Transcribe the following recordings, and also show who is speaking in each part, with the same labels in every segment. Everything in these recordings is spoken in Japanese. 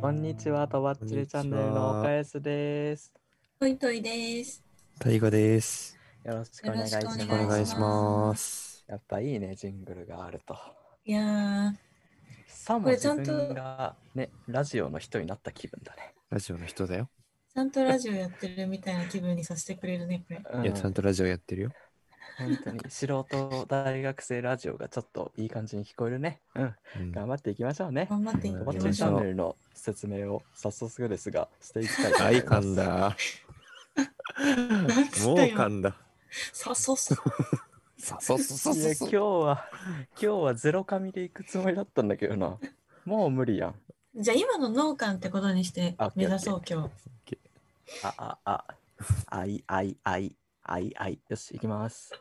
Speaker 1: こんにちは、とばっちりチャンネルの岡安です。
Speaker 2: トイトイです。
Speaker 3: 大河です。。
Speaker 1: よろしくお願いし
Speaker 2: よろ
Speaker 1: ま
Speaker 2: し
Speaker 1: す。
Speaker 2: くお願いします
Speaker 1: やっぱいいね、ジングルがあると。
Speaker 2: いやー、
Speaker 1: さも
Speaker 2: これち
Speaker 1: 自
Speaker 2: ゃんと
Speaker 1: 分がね、ラジオの人になった気分だね。
Speaker 3: ラジオの人だよ。
Speaker 2: ちゃんとラジオやってるみたいな気分にさせてくれるね、これ。
Speaker 1: うん
Speaker 3: いや、ちゃんとラジオやってるよ。
Speaker 1: 本当に素人大学生ラジオがちょっといい感じに聞こえるね。うん、
Speaker 3: うん
Speaker 1: 頑張っていきましょうね。
Speaker 2: 頑張っていき
Speaker 1: と
Speaker 3: 頑
Speaker 1: ば
Speaker 3: 張
Speaker 1: っ
Speaker 3: り
Speaker 1: ち
Speaker 2: ま
Speaker 1: り
Speaker 2: し
Speaker 1: チ
Speaker 2: ょ
Speaker 1: ャ
Speaker 2: う。
Speaker 1: ンネルの説明を早速ですが、していきたいと思
Speaker 3: はいい、
Speaker 1: ます。
Speaker 3: 噛ん だ。
Speaker 2: なんつ
Speaker 3: も
Speaker 2: っ
Speaker 3: う
Speaker 2: たよ
Speaker 3: 噛んだ。
Speaker 2: さそうそう。
Speaker 3: さそうそう
Speaker 1: いや、今
Speaker 3: そうそう
Speaker 1: 日は、今日はゼロ紙で行くつもりだったんだけどな。もう無理やん。
Speaker 2: じゃあ今の農館ってことにして
Speaker 1: あオッケー
Speaker 2: 目指そう、今日。
Speaker 1: ああああいあいあいあいあいよし行きます。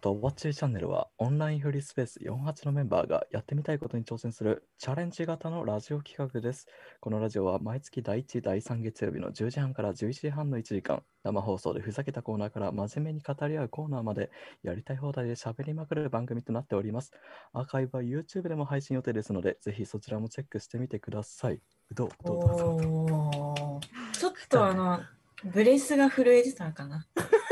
Speaker 1: とばっちりチャンネルはオンラインフリースペース48のメンバーがやってみたいことに挑戦するチャレンジ型のラジオ企画です。このラジオは毎月第1、第3月曜日の10時半から11時半の1時間、生放送でふざけたコーナーから真面目に語り合うコーナーまでやりたい放題で喋りまくる番組となっております。アーカイブは YouTube でも配信予定ですので、ぜひそちらもチェックしてみてください。どうどうだぞ
Speaker 2: おーちょっとあの、ブレスが震えてたかな。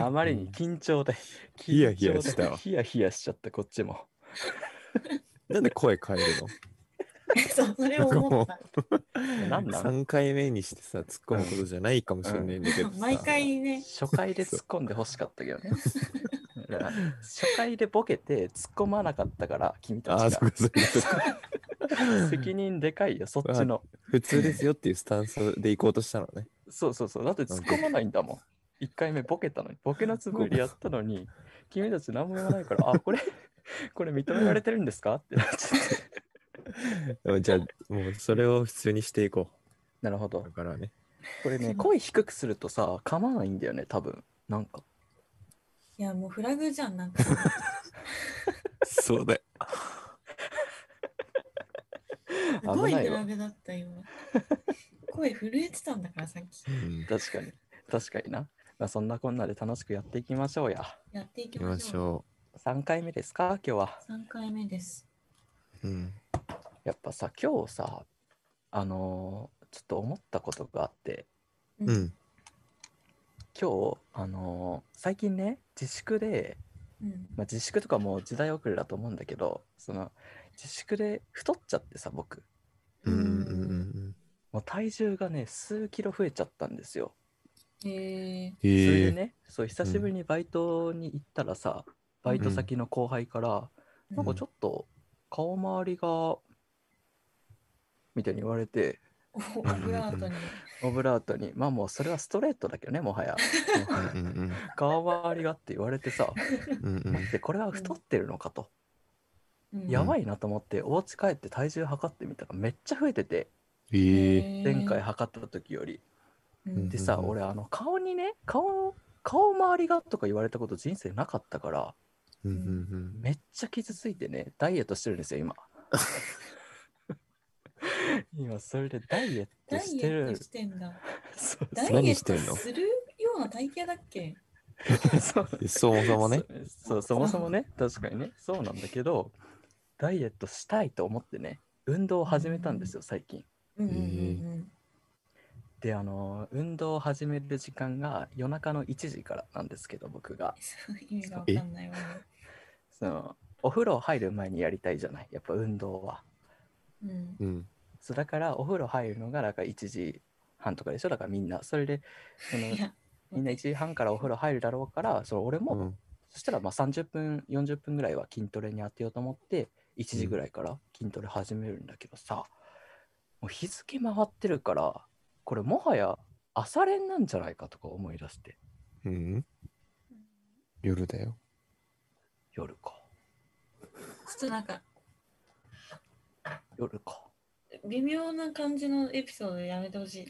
Speaker 1: あまりに緊張で、
Speaker 3: ヒヤヒヤ
Speaker 1: 緊張で
Speaker 3: したわ
Speaker 1: ヒヤヒヤしちゃった、こっちも。
Speaker 3: なんで声変えるの
Speaker 2: そう、それを思 った。
Speaker 1: なんなん
Speaker 3: ?3 回目にしてさ、突っ込むことじゃないかもしれないんだけどさ。
Speaker 2: 毎回ね、
Speaker 1: 初回で突っ込んでほしかったけどね。だから初回でボケて突っ込まなかったから、君た
Speaker 3: ああ、
Speaker 1: ち
Speaker 3: そうかそうかそうか。
Speaker 1: が。責任でかいよ、そっちの。
Speaker 3: 普通ですよっていうスタンスで行こうとしたのね。
Speaker 1: そうそうそう。だって突っ込まないんだもん。1回目ボケたのに、ボケのつもりでやったのに、君たち何も言わないから、あ、これ、これ認められてるんですか ってなっちゃって。
Speaker 3: でもじゃあ、もうそれを普通にしていこ
Speaker 1: なるほ
Speaker 3: う。
Speaker 1: ど
Speaker 3: だ。からね。
Speaker 1: これね、声低くするとさ、噛まないんだよね、多分。なんか。
Speaker 2: いやもうフラグじゃん、なんか。
Speaker 3: そうだよ。
Speaker 2: すごい
Speaker 1: 危ない
Speaker 2: フ
Speaker 1: わ
Speaker 2: ラグだった、今。声震えてたんだから、さっき。
Speaker 3: う ん
Speaker 1: 確かに確かにな、まあ、そんなこんなで楽しくやっていきましょうや
Speaker 2: やってい
Speaker 3: 行
Speaker 2: き
Speaker 3: き
Speaker 2: ま
Speaker 3: ま
Speaker 2: し
Speaker 3: し
Speaker 2: ょう。
Speaker 3: ょ
Speaker 1: 3回目ですか今日は
Speaker 2: 3回目です。
Speaker 3: う。うん。
Speaker 1: やっぱさ今日さあのーちょっと思ったことがあって
Speaker 3: うん。
Speaker 1: 今日あのー最近ね自粛で、
Speaker 2: うん。
Speaker 1: まあ、自粛とかもう時代遅れだと思うんだけどその自粛で太っちゃってさ僕
Speaker 3: うんうんうんうん。
Speaker 1: もう体重がね数キロ増えちゃったんですよ
Speaker 2: へえ。
Speaker 1: それで
Speaker 3: へえ。
Speaker 1: ねそう久しぶりにバイトに行ったらさ、バイト先の後輩から、なんかちょっと顔周りが、みたいに言われて、
Speaker 2: おオブラートに。
Speaker 1: オブラートに、まあもうそれはストレートだけどね、もはや。
Speaker 3: うんうんうん。
Speaker 1: 顔周りがって言われてさ、
Speaker 3: うん うん
Speaker 1: で、これは太ってるのかと。
Speaker 2: うん
Speaker 1: やばいなと思って、お家帰って体重測ってみたらめっちゃ増えてて、
Speaker 3: ええ。
Speaker 1: 前回測った時より。
Speaker 2: うん
Speaker 1: でさ、
Speaker 3: うんうん
Speaker 1: 俺、あの、顔にね、顔、顔周りがとか言われたこと人生なかったから、
Speaker 3: うんうん
Speaker 1: めっちゃ傷ついてね、ダイエットしてるんですよ、 今。今、それでダイエッ
Speaker 2: ダ
Speaker 1: ト
Speaker 2: イ
Speaker 1: し
Speaker 2: エ
Speaker 1: て
Speaker 2: ッ
Speaker 1: る
Speaker 2: ト。してんだ。
Speaker 1: そう
Speaker 2: ダイエ
Speaker 3: 何
Speaker 2: ッ
Speaker 3: してん
Speaker 2: ト
Speaker 3: の
Speaker 2: するような体型だっけ
Speaker 1: そう
Speaker 3: うん。そもそもね。
Speaker 1: そうそもそもね確かにねそうなんだけどダイエットしたいと思ってね運動を始めたんですよ最近
Speaker 2: うんうんうん
Speaker 1: であのー運動を始める時間が夜中の1時からなんですけど僕が
Speaker 2: そう意味がわかんないわ。
Speaker 1: そのお風呂入る前にやりたいじゃないやっぱ運動は
Speaker 2: うん
Speaker 3: うん。
Speaker 1: そうだからお風呂入るのがなんか1時半とかでしょだからみんなそれでその
Speaker 2: いや、
Speaker 1: みんな1時半からお風呂入るだろうからその俺も、
Speaker 3: うん
Speaker 1: そしたらまあ30分40分ぐらいは筋トレに当てようと思って1時ぐらいから筋トレ始めるんだけどさ、もう日付回ってるからこれもはや朝練なんじゃないかとか思い出して
Speaker 3: うん。夜だよ。
Speaker 1: 夜か
Speaker 2: ちょっとなんか
Speaker 1: 夜か
Speaker 2: 微妙な感じのエピソードやめてほしい。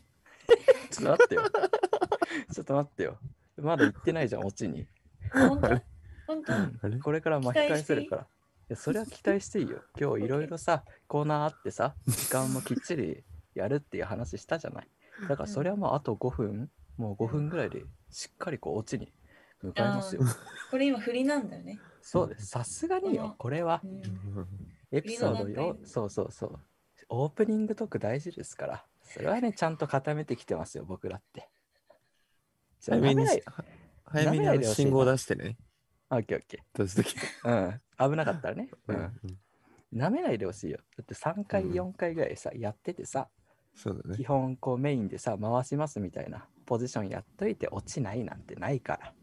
Speaker 1: ちょっと待 ってよちょっと待ってよまだ行ってないじゃんオチに
Speaker 2: 本当本当
Speaker 3: あれ
Speaker 1: これから巻き返せるからいやそれは期待していいよ 今日いろいろさコーナーあってさ時間もきっちりやるっていう話したじゃないだからそれはまああと5分、もう5分ぐらいでしっかりこうオチに向かいますよ。
Speaker 2: これ今振りなんだよね。
Speaker 1: そうです。さすがに
Speaker 2: この
Speaker 1: よ、これは
Speaker 2: う。ん
Speaker 3: うん
Speaker 1: エピソード
Speaker 2: リードなん
Speaker 1: よ
Speaker 2: かい、い
Speaker 1: そうそうそう。オープニングトーク大事ですから。それはね、ちゃんと固めてきてますよ、僕らって。じゃあ、
Speaker 3: 早めに
Speaker 1: 舐めない、
Speaker 3: 早めに
Speaker 1: 舐
Speaker 3: あ
Speaker 1: めない
Speaker 3: の
Speaker 1: でほしいな
Speaker 3: 信号出してね。
Speaker 1: あオッケーオッケ
Speaker 3: 出すとき。
Speaker 1: ー。うん。危なかったらね。う。
Speaker 3: うんんうん
Speaker 1: 舐めないでほしいよ。だって3回、
Speaker 3: うん
Speaker 1: 4回ぐらいさ、やっててさ、
Speaker 3: そうだね
Speaker 1: 基。本こうメインでさ、回しますみたいなポジションやっといて落ちないなんてないから。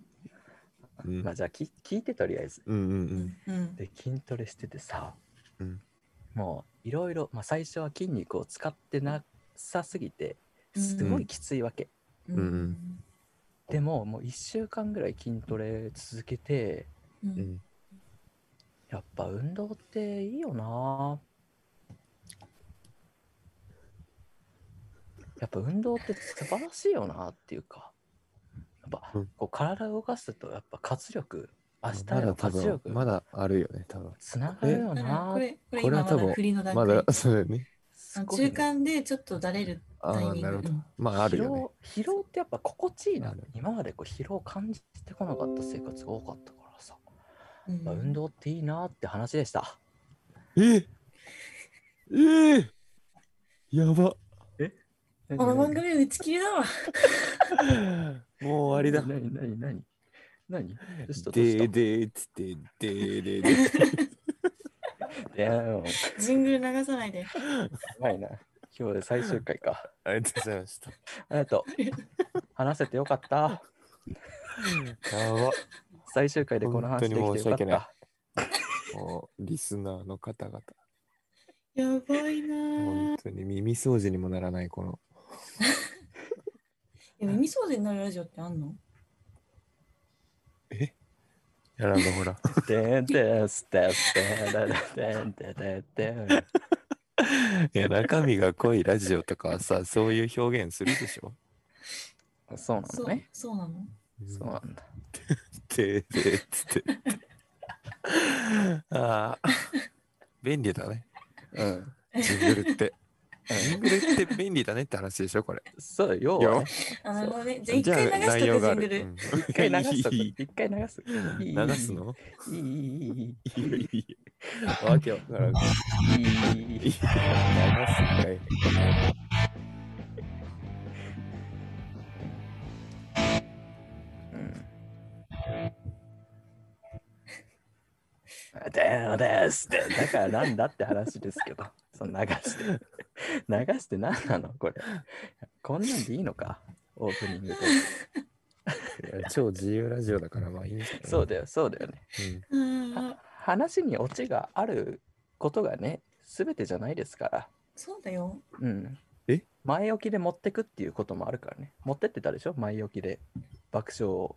Speaker 3: うん
Speaker 1: まあじゃあき聞いてとりあえず。
Speaker 3: うんうん
Speaker 2: う
Speaker 3: うん。
Speaker 2: んうん
Speaker 1: で筋トレしててさ、
Speaker 3: うん
Speaker 1: もういろいろ、まあ、最初は筋肉を使ってなさすぎてすごいきついわけ、
Speaker 2: うん
Speaker 1: でももう1週間ぐらい筋トレ続けて
Speaker 2: う
Speaker 3: うんん
Speaker 1: やっぱ運動っていいよなやっぱ運動って素晴らしいよなっていうかやっぱ
Speaker 3: うん
Speaker 1: こう体を動かすとやっぱ活力明日
Speaker 3: ま
Speaker 1: へ
Speaker 3: だ
Speaker 1: の
Speaker 3: 多
Speaker 1: 活
Speaker 3: 分、
Speaker 1: 力
Speaker 3: まだあるよね、多分。
Speaker 1: つながるよ
Speaker 2: だから
Speaker 1: な
Speaker 2: これこれ
Speaker 3: これ
Speaker 2: 今
Speaker 3: は
Speaker 2: ま
Speaker 3: 多分
Speaker 2: だ振りの段
Speaker 3: ま
Speaker 2: 階
Speaker 3: だ、 そうだよね。
Speaker 1: すごい
Speaker 2: 中
Speaker 1: ね
Speaker 2: 間でちょっとだれる
Speaker 3: あ
Speaker 2: タイ
Speaker 3: あ、
Speaker 2: ミング
Speaker 3: なるほど
Speaker 2: うん。
Speaker 3: まあ、あるよね。
Speaker 1: 疲労疲労ってやっぱ心地いいな
Speaker 3: ある
Speaker 1: 今までこう疲労を感じてこなかった生活が多かったからさ、
Speaker 2: うん
Speaker 1: まあ、運動っていいなって話でした
Speaker 3: えええやば
Speaker 2: この番組打ち切りだわ
Speaker 3: もう 終わりだ。
Speaker 1: 何何何何どうしたどうし
Speaker 3: で
Speaker 1: た
Speaker 3: ーでーつってでーでーでー
Speaker 1: いやもう
Speaker 2: ジングル流さないで
Speaker 1: 長いな今日で最終回か
Speaker 3: ありがとうございました。
Speaker 1: ありがとう話せてよかった
Speaker 3: やば。
Speaker 1: 最終回でこの話できてよか
Speaker 3: 本当に申し
Speaker 1: っ
Speaker 3: 訳ない
Speaker 1: た
Speaker 3: もうリスナーの方々、
Speaker 2: やばいなぁ
Speaker 3: 本当に耳掃除にもならないこの。
Speaker 2: え耳掃除になるラジオってあんの
Speaker 3: えやらんのほら。
Speaker 1: でんでんすでんすでんでんでんでんでんでん
Speaker 3: いや、中身が濃いラジオとかはさ、そういう表現するでしょ。
Speaker 1: そうな
Speaker 2: そ
Speaker 1: の
Speaker 2: う
Speaker 1: ね
Speaker 2: そうなの
Speaker 1: そうなんだ
Speaker 3: でーでーつって。 ああ、便利だね。
Speaker 1: うん、うん、
Speaker 3: ジングルって。ジングルって便利だねって話でしょ、これ。
Speaker 1: そうよ要
Speaker 3: よ
Speaker 1: はね
Speaker 2: あなるほどねじゃあ一
Speaker 3: じゃあ
Speaker 2: 回流
Speaker 3: 内
Speaker 2: しと
Speaker 3: 容が
Speaker 2: くジ
Speaker 3: あ
Speaker 2: ング
Speaker 3: る。う
Speaker 2: ル
Speaker 3: ん
Speaker 1: 一回流 すとく
Speaker 3: いい
Speaker 1: 一回流すいい
Speaker 3: 流す の
Speaker 1: いいいいいい
Speaker 3: いいよいいよ わけわからん。流
Speaker 1: いいいい
Speaker 3: すんかい。
Speaker 1: うん だよですってだからなんだって話ですけど その流して 流して何なのこれこんなんでいいのかオープニングと
Speaker 3: いや超自由ラジオだからまあいいんじゃない
Speaker 1: そうだよそうだよね
Speaker 3: うん
Speaker 2: あ
Speaker 1: は話にオチがあることがね全てじゃないですから
Speaker 2: そうだよ
Speaker 1: うん。
Speaker 3: え
Speaker 1: 前置きで持ってくっていうこともあるからね。持ってってたでしょ前置きで爆笑を。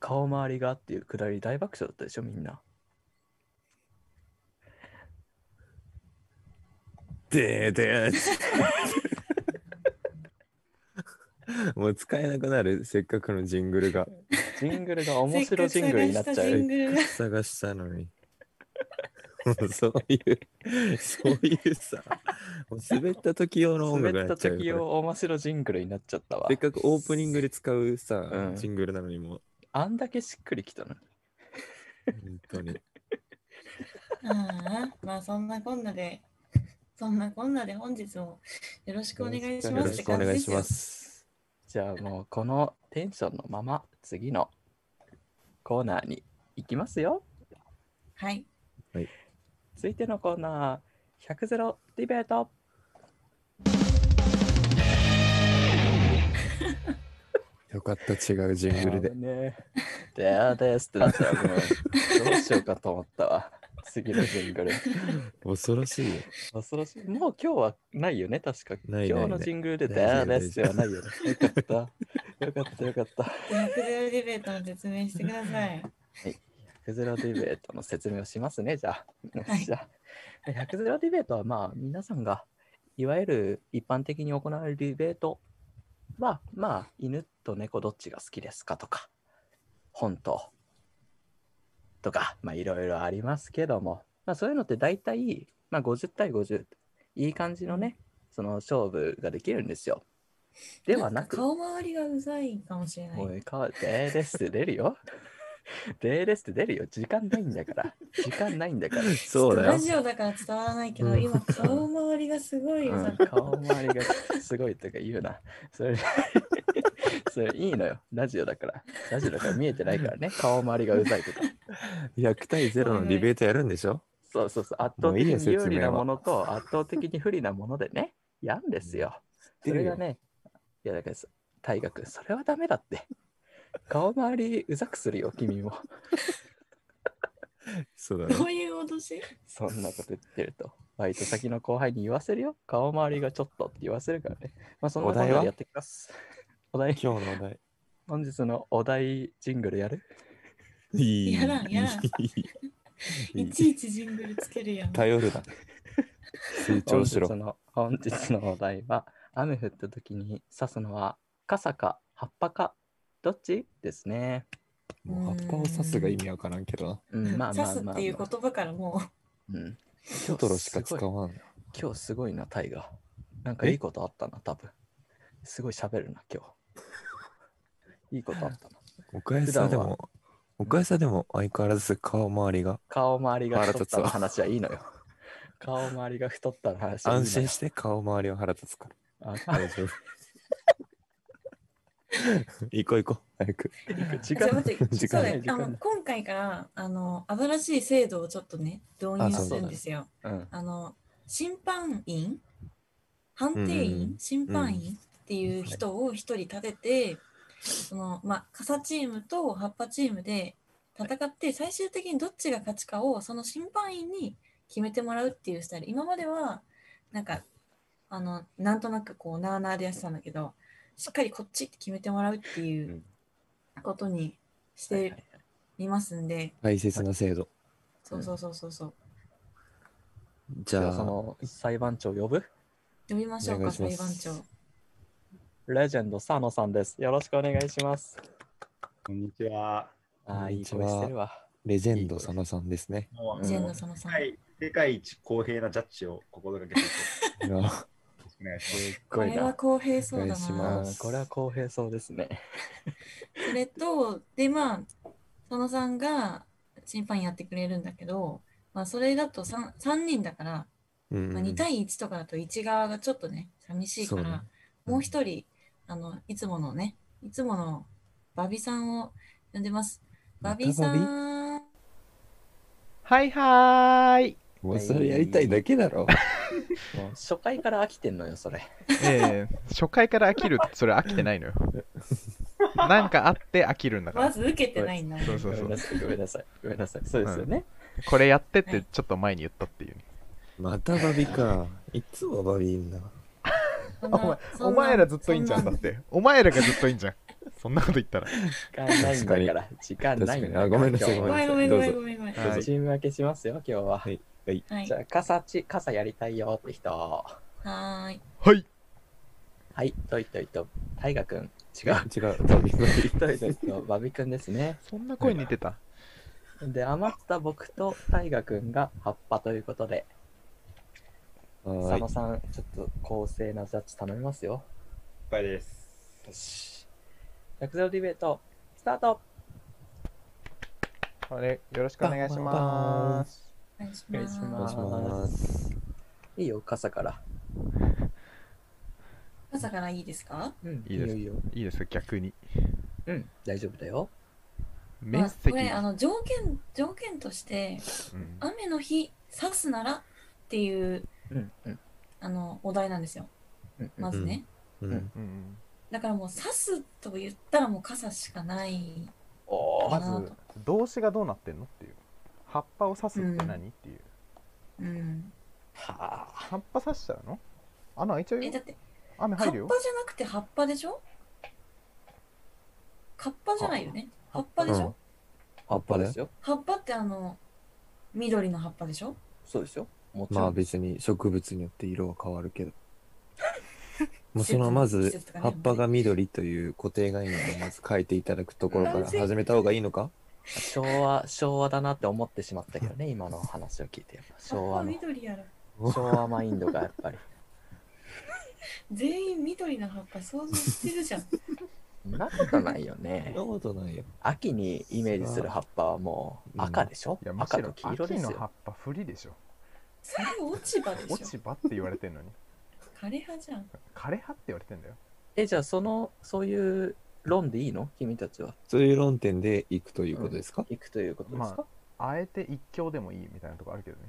Speaker 1: 顔周りがっていうくだり大爆笑だったでしょみんな。
Speaker 3: でーでーもう使えなくなる、せっかくのジングルが。
Speaker 1: ジングルが面白ジングルになっちゃ
Speaker 2: せっ
Speaker 1: う。
Speaker 2: かく探したジングルが
Speaker 3: 探したのに。もうそういう、そういうさ、もう滑った時用の音楽
Speaker 1: 滑
Speaker 3: に
Speaker 1: っ
Speaker 3: な
Speaker 1: た
Speaker 3: っちゃうよ
Speaker 1: 時
Speaker 3: これ
Speaker 1: を面白ジングルになっちゃったわ
Speaker 3: せっ。かくオープニングで使うさ、
Speaker 1: うん
Speaker 3: ジングルなのにもう、
Speaker 1: あんだけしっくりきたのに。
Speaker 3: 本当に。
Speaker 2: ああまあそんなこんなで そんなこんなで本日もよろしくお願いし
Speaker 3: よ
Speaker 2: ま
Speaker 3: ろ
Speaker 2: すっ
Speaker 3: してくお
Speaker 2: 感じ
Speaker 3: 願
Speaker 2: で
Speaker 3: い
Speaker 2: す
Speaker 3: し
Speaker 2: よ
Speaker 3: ます。
Speaker 1: じゃあもうこのテンションのまま次のコーナーに行きますよ。
Speaker 2: はい
Speaker 1: 続いてのコーナー、100ゼロディベート。
Speaker 3: よかった、違うジングルで。
Speaker 1: ね。であですってなったらもう、どうしようかと思ったわ。 次のジングル。
Speaker 3: 恐ろしいよ。
Speaker 1: 恐ろしい。もう今日はないよね、確か。
Speaker 3: ないないない
Speaker 1: 今日のジングルで
Speaker 3: ない
Speaker 1: であ
Speaker 3: ない
Speaker 1: ですではないよね。よかった。よかった、よかった。
Speaker 2: 100ゼロディベートの説明してくだ さい
Speaker 1: 100ゼロディベートの説明をしますね、じゃあ。
Speaker 2: はい
Speaker 1: じゃあ、100ゼロディベートは、まあ、皆さんが、いわゆる一般的に行われるディベートは、まあ、犬と猫どっちが好きですかとか、本と、とか、まあ、いろいろありますけども、まあ、そういうのって大体、まあ、50対50、いい感じのね、その勝負ができるんですよ。ではなく、
Speaker 2: んか顔周りがうざいかもしれない
Speaker 1: おい、かわいいです、出るよ。デーレスって出るよ。時間ないんだから。時間ないんだから。
Speaker 3: そうだ
Speaker 2: ラ
Speaker 3: よ。
Speaker 2: ジオだから伝わらないけど、
Speaker 3: うん
Speaker 2: 今顔周りがすごいよ。
Speaker 3: うん
Speaker 2: なんか
Speaker 1: 顔周りがすごいとか言うな。そ れ、それいいのよ。ラジオだから。ラジオだから見えてないから ね。顔周りがうざいとか。
Speaker 3: 100対0のディベートやるんでしょ
Speaker 1: そうそうそう。圧倒
Speaker 3: もうい
Speaker 1: 的
Speaker 3: い
Speaker 1: に
Speaker 3: よ
Speaker 1: 有利
Speaker 3: 説明
Speaker 1: な
Speaker 3: は
Speaker 1: ものと圧倒的に不利なものでね。やんですよ。
Speaker 3: 知
Speaker 1: そ
Speaker 3: ってる
Speaker 1: れ
Speaker 3: よ
Speaker 1: がね、いやだからさ、大学、それはダメだって。顔周りうざくするよ、君も。
Speaker 3: そうだ ね。
Speaker 2: どういう脅し
Speaker 1: そんなこと言ってると。バイト先の後輩に言わせるよ。顔周りがちょっとって言わせるからね。まあ、そんなこ
Speaker 3: お
Speaker 1: と
Speaker 3: 題は
Speaker 1: でやってきます。お題、
Speaker 3: 今日のお題。
Speaker 1: 本日のお題ジングルやる
Speaker 3: いい。
Speaker 2: やらんやらん
Speaker 3: いい。い
Speaker 2: い
Speaker 3: い
Speaker 2: ちいちジングルつけるやん。
Speaker 3: 頼 るな。成長しろ
Speaker 1: 本。日の本日のお題は、雨降った時に刺すのは傘か葉っぱかどっちですね。
Speaker 3: もう葉っぱを刺すが意味わからんけどな。
Speaker 1: うん、まあま
Speaker 2: 刺
Speaker 1: あ
Speaker 2: す
Speaker 1: まあ、ま
Speaker 2: っ
Speaker 1: あ
Speaker 2: ていう言葉からも
Speaker 1: うん。
Speaker 3: トトロしか使わん。
Speaker 1: 今日すごいな、タイガー。なんかいいことあったな、多分。すごい喋るな、今日。いいことあったな。
Speaker 3: おかえさ
Speaker 1: 普
Speaker 3: で
Speaker 1: 段
Speaker 3: も、おかえさでも相変わらず顔周りが、
Speaker 1: 顔周りが太ったの
Speaker 3: 腹立
Speaker 1: 話
Speaker 3: つわ
Speaker 1: はいいのよ。 顔周りが太ったの話はいいのよ
Speaker 3: 安心して顔周りは腹立つから。
Speaker 1: あ
Speaker 3: 大丈夫。行こう行こう、早く。
Speaker 1: 時
Speaker 2: じゃあ
Speaker 1: 間
Speaker 2: 待って
Speaker 3: 時
Speaker 2: そ
Speaker 3: 間
Speaker 2: うだ
Speaker 3: ない
Speaker 2: よ
Speaker 1: 時
Speaker 2: あ
Speaker 1: 間ない
Speaker 2: の今回からあの新しい制度をちょっとね導入
Speaker 3: あそう
Speaker 2: するんですよ。
Speaker 1: うん。
Speaker 2: あの審判員判定員、
Speaker 3: うん
Speaker 2: 審判員、っていう人を一人立てて、そのまあ傘チームと葉っぱチームで戦って最終的にどっちが勝ちかをその審判員に決めてもらうっていうスタイル今まではなんかあのなんとなくこうなあなあでやってたんだけどしっかりこっちって決めてもらうっていううことにし
Speaker 1: はいはいは
Speaker 2: て
Speaker 1: い
Speaker 2: みますんで、
Speaker 3: 大切な制度。
Speaker 2: そうそうそうそうそう
Speaker 3: じ
Speaker 1: じ
Speaker 3: ゃ
Speaker 1: ゃ
Speaker 3: あ、
Speaker 1: あその裁判長呼ぶ
Speaker 2: 呼びましょう
Speaker 3: お願
Speaker 2: か
Speaker 3: いしま
Speaker 2: 裁
Speaker 3: す
Speaker 2: 判長。
Speaker 1: レジェンド佐野さんです。よろしくお願いします。
Speaker 4: こんにちは。
Speaker 1: あ
Speaker 3: こ
Speaker 1: あ、
Speaker 3: ん
Speaker 1: いい
Speaker 3: にち
Speaker 1: 声
Speaker 3: は
Speaker 1: してるわ。
Speaker 3: レジェンド佐野さんですね。
Speaker 4: もう
Speaker 1: うん
Speaker 2: ジェンド様さん。
Speaker 4: はい、世界一公平なジャッジを心がけていこ
Speaker 3: いや
Speaker 4: うよろしくお願いします。
Speaker 2: これは公平そう
Speaker 3: お願
Speaker 2: だ
Speaker 3: いし
Speaker 1: あ
Speaker 3: ま
Speaker 2: な。
Speaker 1: ーこれは公平そうですね。
Speaker 2: それと、で、まあ、佐野さんが審判員やってくれるんだけど、まあ、それだと 3, 三人だから、
Speaker 3: うんうん
Speaker 2: まあ、2対1とかだと1側がちょっとね、寂しいか
Speaker 3: そう
Speaker 2: ら、
Speaker 3: ね
Speaker 2: もう一人、あの、いつものね、いつものバビさんを呼んでます。バビさ
Speaker 3: また
Speaker 2: ん。
Speaker 5: はいはーい。
Speaker 3: もうそれやりたいだけだ
Speaker 1: も
Speaker 3: ろ。
Speaker 1: う初回から飽きてんのよ、それ。
Speaker 5: ええ初回から飽きるってそれ飽きてないのよ。なんかあって飽きるんだか
Speaker 2: ま
Speaker 5: ら。
Speaker 2: ず受けてないな。
Speaker 5: そうそう
Speaker 1: ご
Speaker 5: そ
Speaker 1: めんな
Speaker 5: う。
Speaker 1: さい、ごめんなさい。ごめんなさい。そうですよね。
Speaker 5: これやってってちょっと前に言ったっていうね。
Speaker 3: またバビか。いつもバビいんな。
Speaker 2: そん
Speaker 5: お
Speaker 2: な
Speaker 5: 前
Speaker 2: そんな
Speaker 5: お前らずっといいんじゃんだって。お前らがずっといいんじゃん。そんなこと言ったら。
Speaker 1: 時間ないんだから。時間ないんだから。
Speaker 3: 確かにあごめんなさい
Speaker 1: 今
Speaker 2: そん
Speaker 1: 日は
Speaker 2: なごめんごめんご
Speaker 3: ど
Speaker 2: めんごめんごめん。
Speaker 5: はい
Speaker 1: チーム分けしますよ、今日は。
Speaker 3: いはい。
Speaker 2: はい
Speaker 1: じ。ゃあ、傘ち、傘やりたいよって人。
Speaker 2: はーい。
Speaker 5: はい。
Speaker 1: はい、といといと、大河君。違
Speaker 3: 違う
Speaker 1: う。
Speaker 3: 違う。バビバビ。
Speaker 1: とい といと、 バビ君ですね。
Speaker 5: そんな声似てた。
Speaker 1: で、余った僕と大河君が葉っぱということで、
Speaker 3: は
Speaker 1: 佐
Speaker 3: い
Speaker 1: 野。さん、ちょっと公正なジャッジ頼みますよ。
Speaker 4: いっぱいです。
Speaker 1: よし。100ゼロディベート、スタート
Speaker 5: あれよろしく。
Speaker 3: お願いします
Speaker 2: お願いし
Speaker 1: お願いし
Speaker 2: ま
Speaker 1: ますす。
Speaker 3: す。
Speaker 1: いいよ、傘から。
Speaker 2: 朝からいいですか
Speaker 1: うん、
Speaker 5: いいです
Speaker 1: いいよ。
Speaker 5: いいですよ逆に。
Speaker 1: うん、大丈夫だよ。
Speaker 5: 面
Speaker 2: まあ、
Speaker 5: 積
Speaker 2: こ。れあの条件条件として
Speaker 5: うん
Speaker 2: 雨の日刺すならっていう
Speaker 1: うん、うん、
Speaker 2: あのお題なんですよ
Speaker 1: うん。
Speaker 2: まずね、
Speaker 3: うん。
Speaker 5: うん
Speaker 2: だからもう刺すと言ったらもう傘しかない
Speaker 1: お
Speaker 5: ま
Speaker 1: ー
Speaker 5: ず動詞がどうなってんのっていう。葉っぱを刺すって何っていう。
Speaker 2: うん
Speaker 1: はあ。
Speaker 5: 葉っぱ刺しちゃうの穴開いちゃう
Speaker 2: え
Speaker 5: よ
Speaker 2: だ。って
Speaker 5: 雨
Speaker 2: 葉っぱ
Speaker 5: 入
Speaker 2: じ
Speaker 5: る
Speaker 2: ゃ
Speaker 5: よ
Speaker 2: な。くて葉っぱでしょ葉っぱじゃないよね葉っぱでしょ、
Speaker 3: うん
Speaker 1: 葉っぱですよ。
Speaker 2: 葉っぱってあの緑の葉っぱでしょ
Speaker 1: そうですよ。もち
Speaker 3: ま
Speaker 1: ろ
Speaker 3: あ
Speaker 1: ん。
Speaker 3: 別に植物によって色は変わるけど。もう
Speaker 2: 季節
Speaker 3: そのま
Speaker 2: 季
Speaker 3: ず
Speaker 2: 節とかね
Speaker 3: 葉っぱが緑という固定概念をまず変えていただくところから始めた方がいいのか
Speaker 1: 昭和、昭和だなって思ってしまったけどね、今の話を聞いて。昭
Speaker 2: 葉っぱ
Speaker 1: 和の、
Speaker 2: 緑やろ
Speaker 1: 昭和マインドがやっぱり。
Speaker 2: 全員緑の葉っぱ想像してるじゃん
Speaker 1: そんなことないよね
Speaker 3: そんなことないよ。
Speaker 1: 秋にイメージする葉っぱはもう赤でしょ、
Speaker 5: いやむし
Speaker 1: 赤と
Speaker 5: ろ
Speaker 1: 黄色で
Speaker 5: 秋の
Speaker 1: す
Speaker 5: 葉
Speaker 1: よ
Speaker 5: っぱ不利でしょ
Speaker 2: それ落ち葉で
Speaker 5: 落
Speaker 2: しょ
Speaker 5: ち葉って言われてんのに
Speaker 2: 枯れ葉じゃん
Speaker 5: 枯れ葉って言われてんだよ
Speaker 1: えじゃあそのそういう論でいいの君たちは
Speaker 3: そういう論点でいくということですか、
Speaker 1: 行くということですか、
Speaker 5: まあえて一強でもいいみたいなとこあるけどね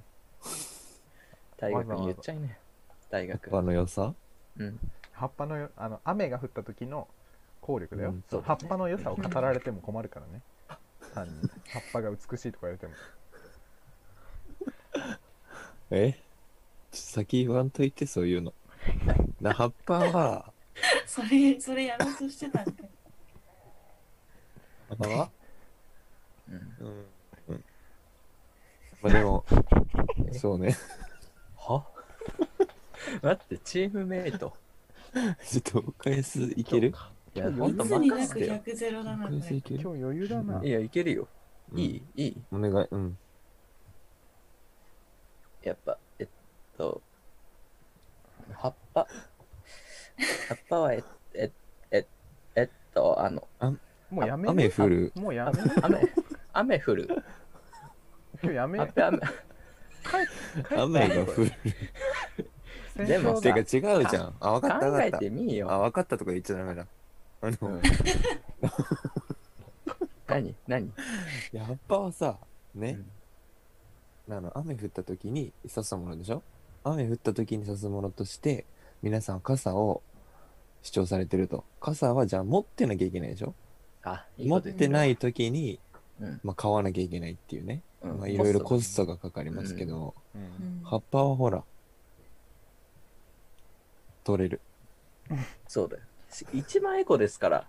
Speaker 1: 大学
Speaker 5: わ
Speaker 1: に
Speaker 5: ざわ
Speaker 1: 言
Speaker 5: ざ
Speaker 1: っちゃいね大学
Speaker 3: 葉っぱの良さ
Speaker 1: うん
Speaker 5: 葉っぱのよあの雨が降った時の効力だよ、
Speaker 3: うん
Speaker 5: そう葉っぱの良さを語られても困るからね単に葉っぱが美しいとか言われても
Speaker 3: えちょっと先言わんといてそういうの。な葉っぱは、
Speaker 2: それそれやろうとしてたんだよ
Speaker 3: 葉っぱは
Speaker 1: うん
Speaker 3: うん。まあでも、そうね。
Speaker 1: は 待ってチームメイト
Speaker 3: ちょっとお返すいける
Speaker 1: いや
Speaker 5: 今日
Speaker 1: ほんと
Speaker 2: いつにな
Speaker 1: 任
Speaker 2: く
Speaker 1: せてよ
Speaker 2: 100ゼロだな
Speaker 3: お
Speaker 2: こ
Speaker 3: 返すい
Speaker 2: れ
Speaker 3: ける
Speaker 5: 今日余裕だない
Speaker 1: やいけるよ、い
Speaker 3: うん
Speaker 1: いいい
Speaker 3: お願い、うん。
Speaker 1: やっぱえっと葉っぱ葉っぱはええええっとあの
Speaker 5: もうやめ
Speaker 3: 雨降る
Speaker 5: あもうや
Speaker 1: あ
Speaker 5: め今
Speaker 1: 雨雨降る
Speaker 5: 日やめ
Speaker 1: あ雨雨
Speaker 3: 雨が降る。
Speaker 5: 戦
Speaker 1: でもさ
Speaker 5: 勝
Speaker 3: て
Speaker 5: だ
Speaker 3: か違うじゃん。あ、分かった
Speaker 1: 考
Speaker 3: 分
Speaker 1: え
Speaker 3: かって
Speaker 1: み
Speaker 3: た。あ、
Speaker 1: よ。
Speaker 3: 分かったとか言っちゃダメだ。あ
Speaker 1: う
Speaker 3: の、
Speaker 1: ん、何何
Speaker 3: や葉っぱはさ、ね、
Speaker 1: うん
Speaker 3: あの雨降った時に刺すものでしょ雨降った時に刺すものとして皆さん傘を主張されてると傘はじゃあ持ってなきゃいけないでしょ
Speaker 1: あ、いい
Speaker 3: 持
Speaker 1: こ
Speaker 3: っ
Speaker 1: と言
Speaker 3: てない時に、
Speaker 1: うん
Speaker 3: まあ、買わなきゃいけないっていうね、
Speaker 1: うん
Speaker 3: まあ、いろいろコ
Speaker 1: コ
Speaker 3: ス
Speaker 1: ス
Speaker 3: トがかかりますけど、
Speaker 5: う
Speaker 2: うんん
Speaker 3: 葉っぱはほら取れる
Speaker 1: そうだよ。し1万エコですから、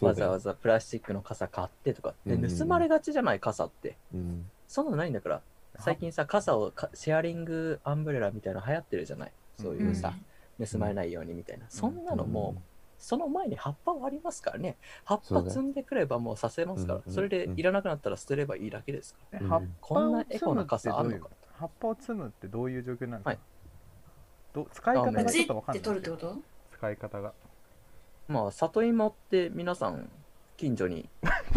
Speaker 1: わざわ
Speaker 3: ざ、
Speaker 1: ざプラスチックの傘買ってとかって、
Speaker 3: うん
Speaker 1: 盗まれがちじゃない、傘って。
Speaker 3: うん、
Speaker 1: そんなのないんだから、最近さ、傘をかシェアリングアンブレラみたいなの流行ってるじゃない。そういうさ、盗まれないようにみたいな。そんなのもう、その前に葉っぱはありますからね。葉っ
Speaker 3: そう
Speaker 1: ぱ
Speaker 3: だよ
Speaker 1: 積んでくればもうさせますか
Speaker 3: う
Speaker 1: ら、
Speaker 3: ん
Speaker 1: それでいらなくなったら捨てればいいだけですから。
Speaker 5: え
Speaker 3: うん
Speaker 5: 葉っぱ
Speaker 1: こん
Speaker 5: を
Speaker 1: なエ
Speaker 5: 積
Speaker 1: コ
Speaker 5: む
Speaker 1: な
Speaker 5: って
Speaker 1: 傘
Speaker 5: ど
Speaker 1: あ
Speaker 5: う
Speaker 1: る
Speaker 5: い
Speaker 1: の
Speaker 5: う
Speaker 1: か。
Speaker 5: 葉っぱを積むってどういう状況なんですか、
Speaker 1: はい
Speaker 5: ど使い方
Speaker 1: あ
Speaker 5: がち
Speaker 2: 土っ
Speaker 5: ょっとわかん
Speaker 2: て
Speaker 5: ない
Speaker 2: 取るってこと
Speaker 5: 使い方が
Speaker 1: まあ里芋って皆さん近所に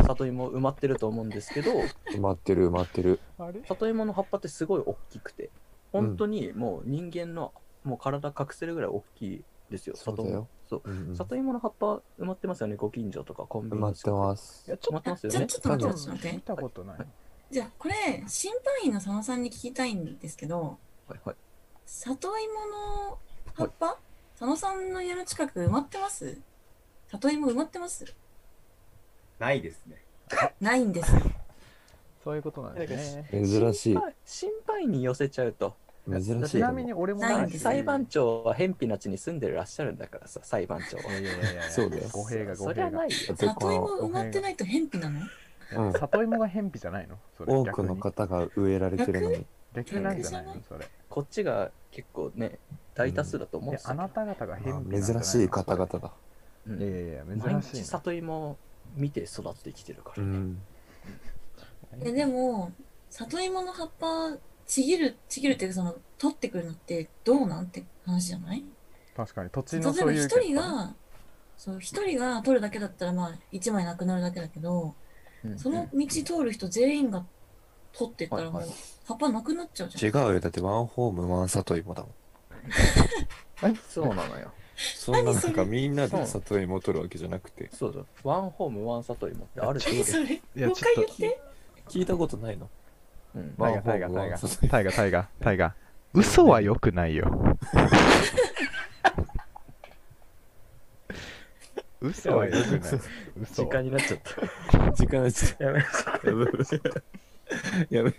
Speaker 1: 里芋埋まってると思うんですけど
Speaker 3: 埋まってる埋まってる
Speaker 5: あれ
Speaker 1: 里芋の葉っぱってすごい大きくて本当にもう人間のもう体隠せるぐらい大きいですよ
Speaker 3: そう
Speaker 1: 里
Speaker 3: だ
Speaker 1: 芋
Speaker 3: よ
Speaker 1: そう
Speaker 3: うんうん埋
Speaker 1: 里芋の葉っぱ埋まってますよねご近所とかコンビニ
Speaker 3: ま
Speaker 1: の
Speaker 3: っ
Speaker 1: 近
Speaker 3: て
Speaker 1: く
Speaker 3: ます
Speaker 1: 埋まってますよ
Speaker 2: ちょ
Speaker 1: ね
Speaker 2: ちょっと待ってちょっと待って
Speaker 5: 見たことない、
Speaker 2: じゃあこれ審判員の佐野さんに聞きたいんですけど
Speaker 1: はいはい
Speaker 2: 里芋の葉っぱ佐野さんの家の近く埋まってます里芋埋まってます
Speaker 4: ないですね。
Speaker 2: ないんです
Speaker 5: そういうことなんですね
Speaker 3: 珍しい
Speaker 1: 心配心配に寄せちゃうと
Speaker 3: 珍しい
Speaker 5: ちなみに俺も
Speaker 2: ないんです
Speaker 1: 裁判長は偏僻な地に住んでらっしゃるんだからさ裁判長はい
Speaker 5: やいやいやいや
Speaker 3: そうだよ
Speaker 5: 語弊が
Speaker 1: そ
Speaker 5: 語
Speaker 1: りゃ
Speaker 5: 弊が
Speaker 1: ないよ
Speaker 3: でこ
Speaker 2: 里
Speaker 3: の
Speaker 2: 芋埋まってないと偏僻なの
Speaker 3: うん
Speaker 5: 里芋が偏僻じゃないのそれ
Speaker 3: 多くの
Speaker 5: 逆に
Speaker 3: 方が植えられてるのに
Speaker 5: 逆になんじゃないの
Speaker 2: 逆
Speaker 5: それ
Speaker 1: こっちが結構ね大多数だと思うん
Speaker 5: いや
Speaker 1: です
Speaker 5: あ
Speaker 1: よ
Speaker 5: なた方が偏僻なんじゃなの
Speaker 3: 珍しい方々
Speaker 1: う
Speaker 3: だ。
Speaker 1: ん
Speaker 5: いやいやい
Speaker 1: 毎
Speaker 5: や
Speaker 1: 日
Speaker 5: 珍しい
Speaker 1: 里芋を見て育ってきてるからね、
Speaker 2: えでも里芋の葉っぱちぎるちぎるっていうかその取ってくるのってどうなんって話じゃない
Speaker 5: 確かに土地
Speaker 2: 例え
Speaker 5: の
Speaker 2: ば
Speaker 5: そういう
Speaker 2: 一人がそう一人が取るだけだったらまあ一枚なくなるだけだけど
Speaker 1: うん
Speaker 2: その道通る人全員が取ってったらも
Speaker 1: は
Speaker 2: う
Speaker 1: いは
Speaker 2: 葉っぱなくなっちゃうじ
Speaker 3: 違
Speaker 2: ゃん
Speaker 3: うよ。だってワンホーム、ワン里芋だもん。
Speaker 1: そうなのよ
Speaker 3: そんな
Speaker 2: 何
Speaker 3: な
Speaker 2: そ
Speaker 3: ん
Speaker 2: れ
Speaker 3: かみんなで里芋取るわけじゃなくて。
Speaker 1: そうだワンホームワン里芋ってある
Speaker 2: えそれ
Speaker 5: いや
Speaker 2: もう一回
Speaker 5: ち
Speaker 2: 言
Speaker 5: ょっと
Speaker 2: って
Speaker 3: 聞いたことないの
Speaker 1: うん
Speaker 5: タイ
Speaker 3: ワン
Speaker 5: ガ
Speaker 3: ホ
Speaker 5: タ
Speaker 3: ー
Speaker 5: イガ
Speaker 3: ム、
Speaker 5: タ
Speaker 3: ワ
Speaker 5: イガ
Speaker 3: ン里芋。
Speaker 5: タイガタイガタイガ嘘は良くないよ嘘は良くない嘘
Speaker 1: 時
Speaker 5: は
Speaker 1: 間になっちゃった
Speaker 3: 時間がちょっ
Speaker 1: やめ
Speaker 3: とやべやべ。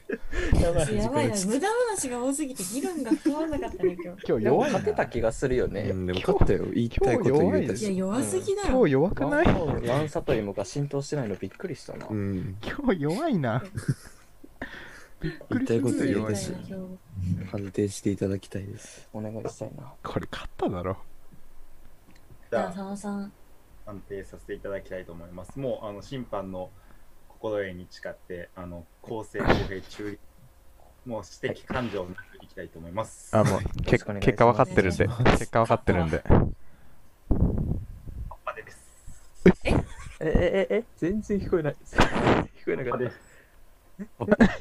Speaker 1: やばい
Speaker 2: ちょやばいな無駄話が多すぎて議論が加わらなかったね今日
Speaker 5: 今日
Speaker 1: でも
Speaker 5: 弱いな
Speaker 1: 勝てた気がするよね、
Speaker 3: うん、でも勝ったよ。言いたいこと言えた
Speaker 2: いや
Speaker 3: し。
Speaker 2: 弱すぎだろ、
Speaker 5: 今日弱く
Speaker 1: ワ
Speaker 5: な
Speaker 1: ン
Speaker 5: い
Speaker 1: ホームワン里芋が浸透してないのびっくりしたな、
Speaker 3: うん。
Speaker 5: 今日弱いなびっ
Speaker 3: 言
Speaker 5: く
Speaker 3: い
Speaker 5: り
Speaker 3: たいこと
Speaker 5: する
Speaker 3: 言え
Speaker 5: よ
Speaker 3: た
Speaker 2: み
Speaker 3: し
Speaker 2: いな。今日
Speaker 3: 判定していただきたいです。
Speaker 1: お願いしたいな
Speaker 5: これ勝っただろ
Speaker 4: じ
Speaker 2: じゃあ
Speaker 4: ゃ
Speaker 2: 佐
Speaker 4: あ、
Speaker 2: 野さん
Speaker 4: 判定させていただきたいと思います。もう、あの、審判の心得に誓って、あの、公正、公平、中立、もう指摘感情なくいきたいと思います。
Speaker 5: あも
Speaker 1: よ
Speaker 5: う
Speaker 1: ろし
Speaker 5: 結
Speaker 1: くお願いします
Speaker 5: 結果分か ってるんで
Speaker 2: お願いします
Speaker 5: 結果分かってるんで
Speaker 4: までです。
Speaker 2: え
Speaker 1: ええええ全然聞こえない。 全然聞こえなか
Speaker 4: 葉
Speaker 1: った。
Speaker 4: です。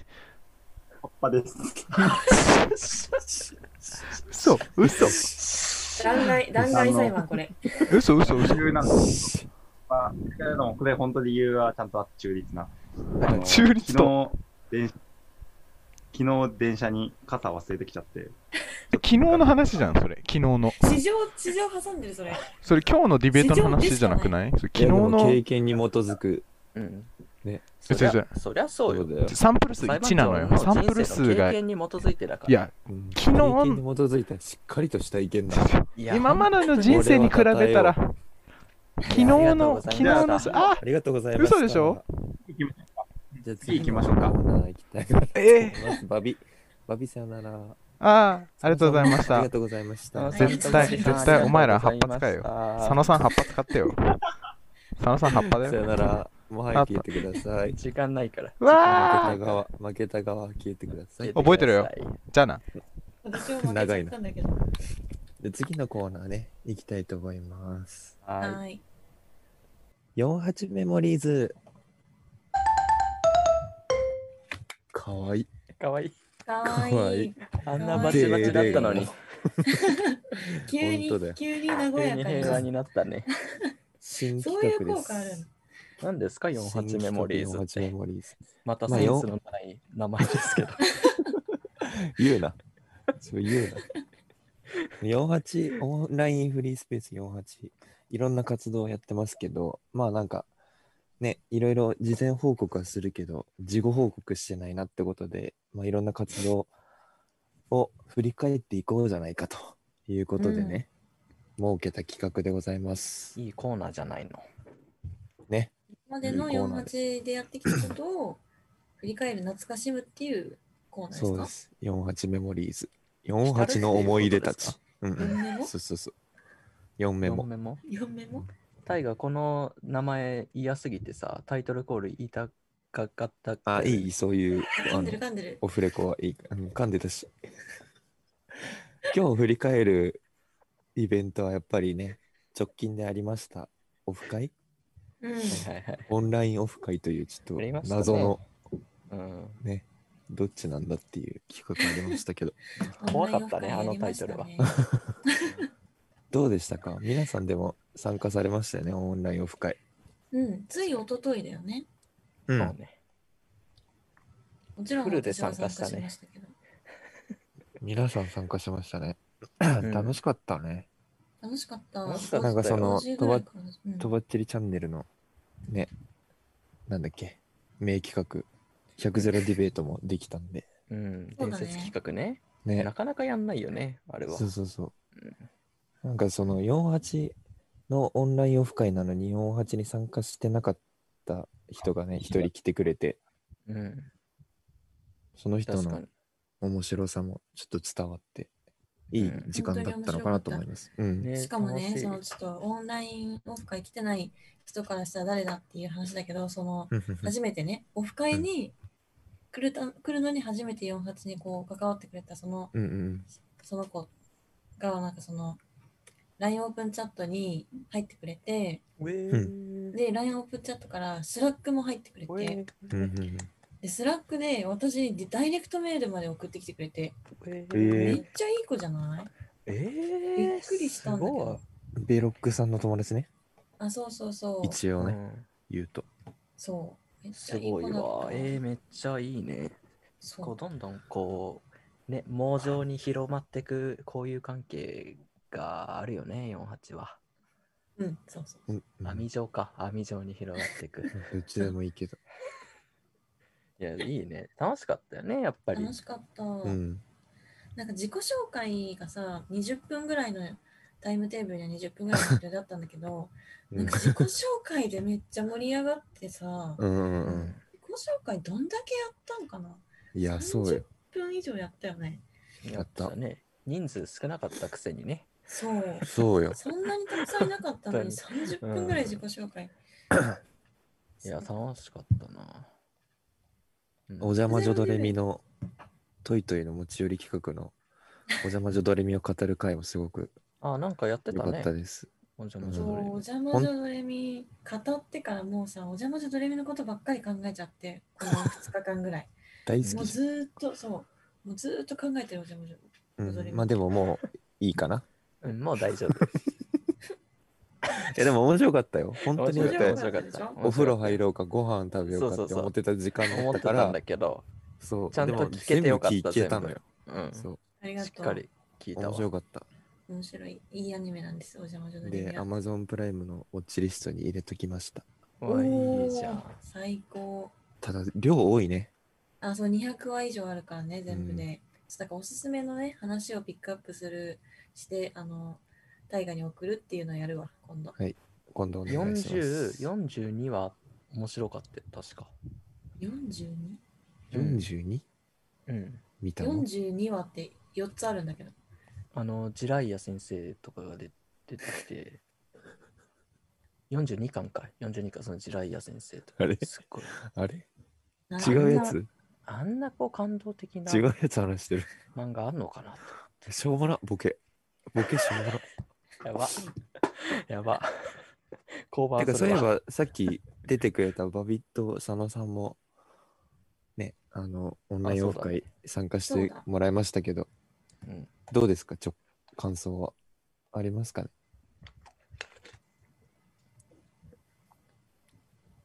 Speaker 4: 葉っぱです。
Speaker 5: 嘘嘘
Speaker 2: 弾劾弾劾裁判これ。
Speaker 5: 嘘嘘嘘
Speaker 4: 理由なんですけど。まあ、でもこれ本当理由はちゃんとあって中立な。あの
Speaker 5: 中立と
Speaker 4: 昨日電昨日電車に傘忘れてきちゃって。
Speaker 5: 昨日の話じゃんそれ昨日の
Speaker 2: 市場市場挟んでるそれ。
Speaker 5: それ今日のディベートの話じゃなくないそれ昨
Speaker 3: い
Speaker 5: 日
Speaker 3: やでも
Speaker 5: の
Speaker 3: 経験に基づく
Speaker 1: うん。
Speaker 3: ね
Speaker 1: そりゃ
Speaker 5: 先
Speaker 1: そりゃ
Speaker 3: こ
Speaker 1: そう
Speaker 3: と
Speaker 1: よ。
Speaker 3: だよ。
Speaker 5: サンプル数1なのよサンプル数が
Speaker 1: 経
Speaker 5: い
Speaker 1: 験に基づいてだから。
Speaker 5: や
Speaker 3: うん
Speaker 5: 昨日
Speaker 3: 経験に基づいたしっかりとした意見だ。
Speaker 1: いや、
Speaker 5: 今までの人生に比べた
Speaker 3: 俺は
Speaker 5: ら昨日
Speaker 1: ありがとうご
Speaker 5: の
Speaker 1: ざい
Speaker 5: 昨
Speaker 1: ました
Speaker 3: ありがとうござい
Speaker 5: 日のあ
Speaker 3: ます。
Speaker 5: 嘘でしょ
Speaker 4: 行きましょうか
Speaker 3: じゃあ
Speaker 4: 次行きましょうか
Speaker 3: コーナー行きたいと思います
Speaker 5: え
Speaker 3: バビ、バビさよなら。
Speaker 5: あーありがとうございまし
Speaker 3: あり
Speaker 5: た
Speaker 3: がとうございました。
Speaker 5: 絶対絶対お前ら葉っぱ使えよ佐
Speaker 1: よ。
Speaker 5: 野さん葉っぱ使ってよ佐野さん葉っぱだ
Speaker 3: さよ
Speaker 5: よ
Speaker 3: なら。もう早く消えてください。負け
Speaker 1: 時間ないから。
Speaker 5: わ
Speaker 3: た
Speaker 5: あ
Speaker 3: 側、負けた側消えてください。
Speaker 5: 覚えてるよじゃあな
Speaker 2: 私も負けちゃったんだけど。
Speaker 3: で次のコーナーね、行きたいと思います。
Speaker 4: は
Speaker 2: はい。
Speaker 3: 48メモリーズ。かわいい。
Speaker 1: かわいい。
Speaker 2: かわいい。
Speaker 1: あんなバチバチだったのに、
Speaker 2: 急に
Speaker 3: 本当だよ
Speaker 2: 急に和
Speaker 1: 急
Speaker 2: や
Speaker 1: に
Speaker 2: かに
Speaker 1: 平和になったね。
Speaker 3: 新
Speaker 2: そう
Speaker 3: 企
Speaker 2: いう
Speaker 3: 画で
Speaker 2: 効
Speaker 3: す。
Speaker 2: 果あるの。
Speaker 1: 何ですか、
Speaker 3: 新企
Speaker 1: 48メ
Speaker 3: 画
Speaker 1: モリーズっ
Speaker 3: 48メ
Speaker 1: て。
Speaker 3: モリーズ。
Speaker 1: またセンスのない名前ですけど。
Speaker 3: 言うな。そう言うな。48オンラインフリースペース48いろんな活動をやってますけどまあなんかねいろいろ事前報告はするけど事後報告してないなってことで、まあ、いろんな活動を振り返っていこうじゃないかということでね、設けた企画でございます
Speaker 1: いいコーナーじゃないの。
Speaker 3: ね
Speaker 2: 今までの
Speaker 3: いいコーナーで
Speaker 2: 48でやってきたことを振り返る懐かしむっていうコーナーですか
Speaker 3: そうです48メモリーズ48の思い出たちうん
Speaker 2: 4
Speaker 3: うん
Speaker 2: メモ
Speaker 3: そうそうそう4メ
Speaker 1: メモ
Speaker 3: モ
Speaker 1: メモ
Speaker 2: ?4 メモ
Speaker 1: タイがこの名前嫌すぎてさ、タイトルコール言いたかったっけ
Speaker 3: あいいそういうあ
Speaker 2: 噛
Speaker 3: の
Speaker 2: んでる噛んでる。
Speaker 3: オフレコはいい。うん噛んでたし。 今日振り返るイベントはやっぱりね、直近でありました。オフ会
Speaker 2: うん。
Speaker 1: はいはいはい。
Speaker 3: オンラインオフ会というちょ
Speaker 1: あり
Speaker 3: っ
Speaker 1: ま
Speaker 3: と
Speaker 1: したね
Speaker 3: 謎の
Speaker 1: うん。
Speaker 3: ねどっちなんだっていう企画ありましたけど。
Speaker 1: 怖かったね
Speaker 2: オンラインオフ会やりましたね
Speaker 1: あのタイ
Speaker 3: どうでしたか皆さんでも参加されましたよね、オンラインオフ会。
Speaker 2: うん。つい一昨日だよね。
Speaker 3: う
Speaker 1: そう。ね。
Speaker 2: もちろん
Speaker 1: フルで
Speaker 2: 私は
Speaker 1: 参加
Speaker 2: 参
Speaker 1: し
Speaker 2: 加
Speaker 1: た
Speaker 2: し
Speaker 1: ね
Speaker 2: ましたけど。
Speaker 3: 皆さん参加しましたね。
Speaker 1: ん
Speaker 3: 楽しかったね。
Speaker 2: 楽しかった。
Speaker 1: 楽しかったよ
Speaker 3: なんかその、
Speaker 2: 50
Speaker 3: と
Speaker 2: ぐら
Speaker 3: ば
Speaker 2: いからうん
Speaker 3: とばっちりチャンネルのね、なんだっけ、名企画、100ゼロディベートもできたんで。
Speaker 1: うん。
Speaker 2: そ
Speaker 1: 伝
Speaker 2: うだね
Speaker 1: 説企画ね。
Speaker 3: ね
Speaker 1: な、かなかやんないよね、あれは。
Speaker 3: そうそうそう。なんかその48のオンラインオフ会なのに48に参加してなかった人がね、一人来てくれて、
Speaker 1: うん。
Speaker 3: その人
Speaker 1: 確か
Speaker 3: の
Speaker 1: に。
Speaker 3: 面白さもちょっと伝わって、いい時間だったのかなと思います。うん。
Speaker 1: ね
Speaker 2: しかもね
Speaker 1: 楽、しい
Speaker 2: そのちょっとオンラインオフ会来てない人からしたら誰だっていう話だけど、その初めてね、オフ会に来るた来るのに初めて48にこう関わってくれたその
Speaker 3: うんうん。
Speaker 2: その子がなんかその LINE オープンチャットに入ってくれて、で、LINE オープンチャットからスラックも入ってくれて、
Speaker 3: うんうん
Speaker 2: で、スラックで私にダイレクトメールまで送ってきてくれて、めっちゃいい子じゃない
Speaker 1: え
Speaker 2: び
Speaker 1: ー
Speaker 2: っくりしたんだけど。
Speaker 3: うんベロックさんの友達ね、
Speaker 2: あ、そうそうそう。
Speaker 3: 一応
Speaker 1: すごい
Speaker 3: ね、言うと。
Speaker 2: そう。めっちゃ
Speaker 1: す
Speaker 2: いい
Speaker 1: ご
Speaker 2: 子
Speaker 1: い
Speaker 2: だった
Speaker 1: わ。。えー、めっちゃいいね。
Speaker 2: そ
Speaker 1: こう
Speaker 2: う
Speaker 1: どんどんこう、ね、網上に広まってく交友関係があるよね、48は。
Speaker 2: うん、そうそう。
Speaker 3: うんうん
Speaker 1: 網上か、網上に広がっていく。
Speaker 3: どっちでもいいけど。
Speaker 1: いや、いいね。楽しかったよね、やっぱり。
Speaker 2: 楽しかった。
Speaker 3: うん。
Speaker 2: なんか自己紹介がさ、20分ぐらいのタイムテーブルには20分ぐらいの予定だったんだけど、
Speaker 3: う
Speaker 2: なん
Speaker 3: ん
Speaker 2: か自己紹介でめっちゃ盛り上がってさ、
Speaker 3: うんうん
Speaker 1: う
Speaker 3: うん
Speaker 1: ん。
Speaker 2: 自己紹介どんだけやったんかない
Speaker 3: や、そうよ。
Speaker 2: ?10 分以上やったよね。
Speaker 1: やったね。人数少なかったくせにね。
Speaker 2: そう。
Speaker 3: そうよ。
Speaker 2: そんなにたくさんいなかった のに30分ぐらい自己紹介。
Speaker 1: いや、
Speaker 2: そう
Speaker 1: 楽しかったな。うん
Speaker 3: お邪魔女ドレ ミのトイトイの持ち寄り企画のお邪魔女ドレミを語る会もすごく
Speaker 1: あ、なんかやって
Speaker 3: 良
Speaker 1: た
Speaker 3: か
Speaker 1: ね
Speaker 3: った。です。
Speaker 1: もじゃもじ
Speaker 2: そ
Speaker 1: ゃ
Speaker 3: う
Speaker 1: どれ
Speaker 2: う、お邪魔女ドレミ語ってからもうさ、お邪魔女ドレミのことばっかり考えちゃって、この2日間 ぐらい。
Speaker 3: 大好
Speaker 2: もう
Speaker 3: きじ
Speaker 2: ずーっと、そう、もうずーっと考えてるお邪魔女。
Speaker 3: ゃん。
Speaker 2: 戻
Speaker 3: う
Speaker 2: り
Speaker 3: ん、まあでももういい かな。
Speaker 1: うん、もう大丈夫。
Speaker 3: いやでも面白かったよ。本当にだ
Speaker 1: 面
Speaker 3: っ
Speaker 1: 白か
Speaker 3: て
Speaker 1: った面白かっ
Speaker 2: 面白
Speaker 1: た
Speaker 2: かったでし
Speaker 3: お風呂入
Speaker 1: る
Speaker 3: ろうかご飯食べようかって思ってた時間だ
Speaker 1: 思
Speaker 3: っ
Speaker 1: ったて
Speaker 3: か
Speaker 1: たん
Speaker 3: ら
Speaker 1: だ、けど、
Speaker 3: そう。
Speaker 1: ちゃんと
Speaker 3: でも
Speaker 1: 聞けてよかった
Speaker 3: 全部聞けたのよ。
Speaker 1: うん、し
Speaker 3: そ。
Speaker 2: ありが
Speaker 1: っ
Speaker 2: と
Speaker 1: か
Speaker 2: う。
Speaker 1: り聞いうた
Speaker 3: 面
Speaker 1: わ
Speaker 3: 白。かった。
Speaker 2: 面白い。いいアニメなんです、お邪魔女ドレミ
Speaker 3: で、
Speaker 2: は。
Speaker 3: Amazon プライムのウォッチリストに入れときました。
Speaker 1: うわいいじゃ
Speaker 2: おー
Speaker 1: ん。
Speaker 2: 最高。
Speaker 3: ただ、量多いね。
Speaker 2: あ、そう、200話以上あるからね、全部で。ちょっとなんかおすすめのね、話をピックアップする、して、あの、大河に送るっていうのをやるわ、今度。
Speaker 3: 今度お願いします。
Speaker 1: 40、42は面白かった、確か。
Speaker 2: 42?42
Speaker 3: 42?
Speaker 1: うん。
Speaker 3: 見たの
Speaker 2: 話って4つあるんだけど。
Speaker 1: あの、ジライア先生とかが出出てきて、42巻か、42巻、そのジライア先生とか。
Speaker 3: あれ
Speaker 1: すっごい。
Speaker 3: あれ
Speaker 2: な
Speaker 3: 違うやつ
Speaker 1: あんなこう感動的な
Speaker 3: 違うやつ話してる。
Speaker 1: 漫画あんのかな
Speaker 3: しょうもな、ボケ。ボケし ょうもな。
Speaker 1: やば。やば。交番
Speaker 3: てか、
Speaker 1: そ
Speaker 3: そうい
Speaker 1: れ
Speaker 3: え
Speaker 1: は
Speaker 3: ば、さっき出てくれたバビット佐野さんも、ね、あの、オンラインオフ
Speaker 1: あそう
Speaker 3: 会参加し
Speaker 2: そう
Speaker 3: て
Speaker 2: だ
Speaker 3: もらいましたけど、
Speaker 1: うん
Speaker 3: どうですか、ちょ、感想は。ありますかね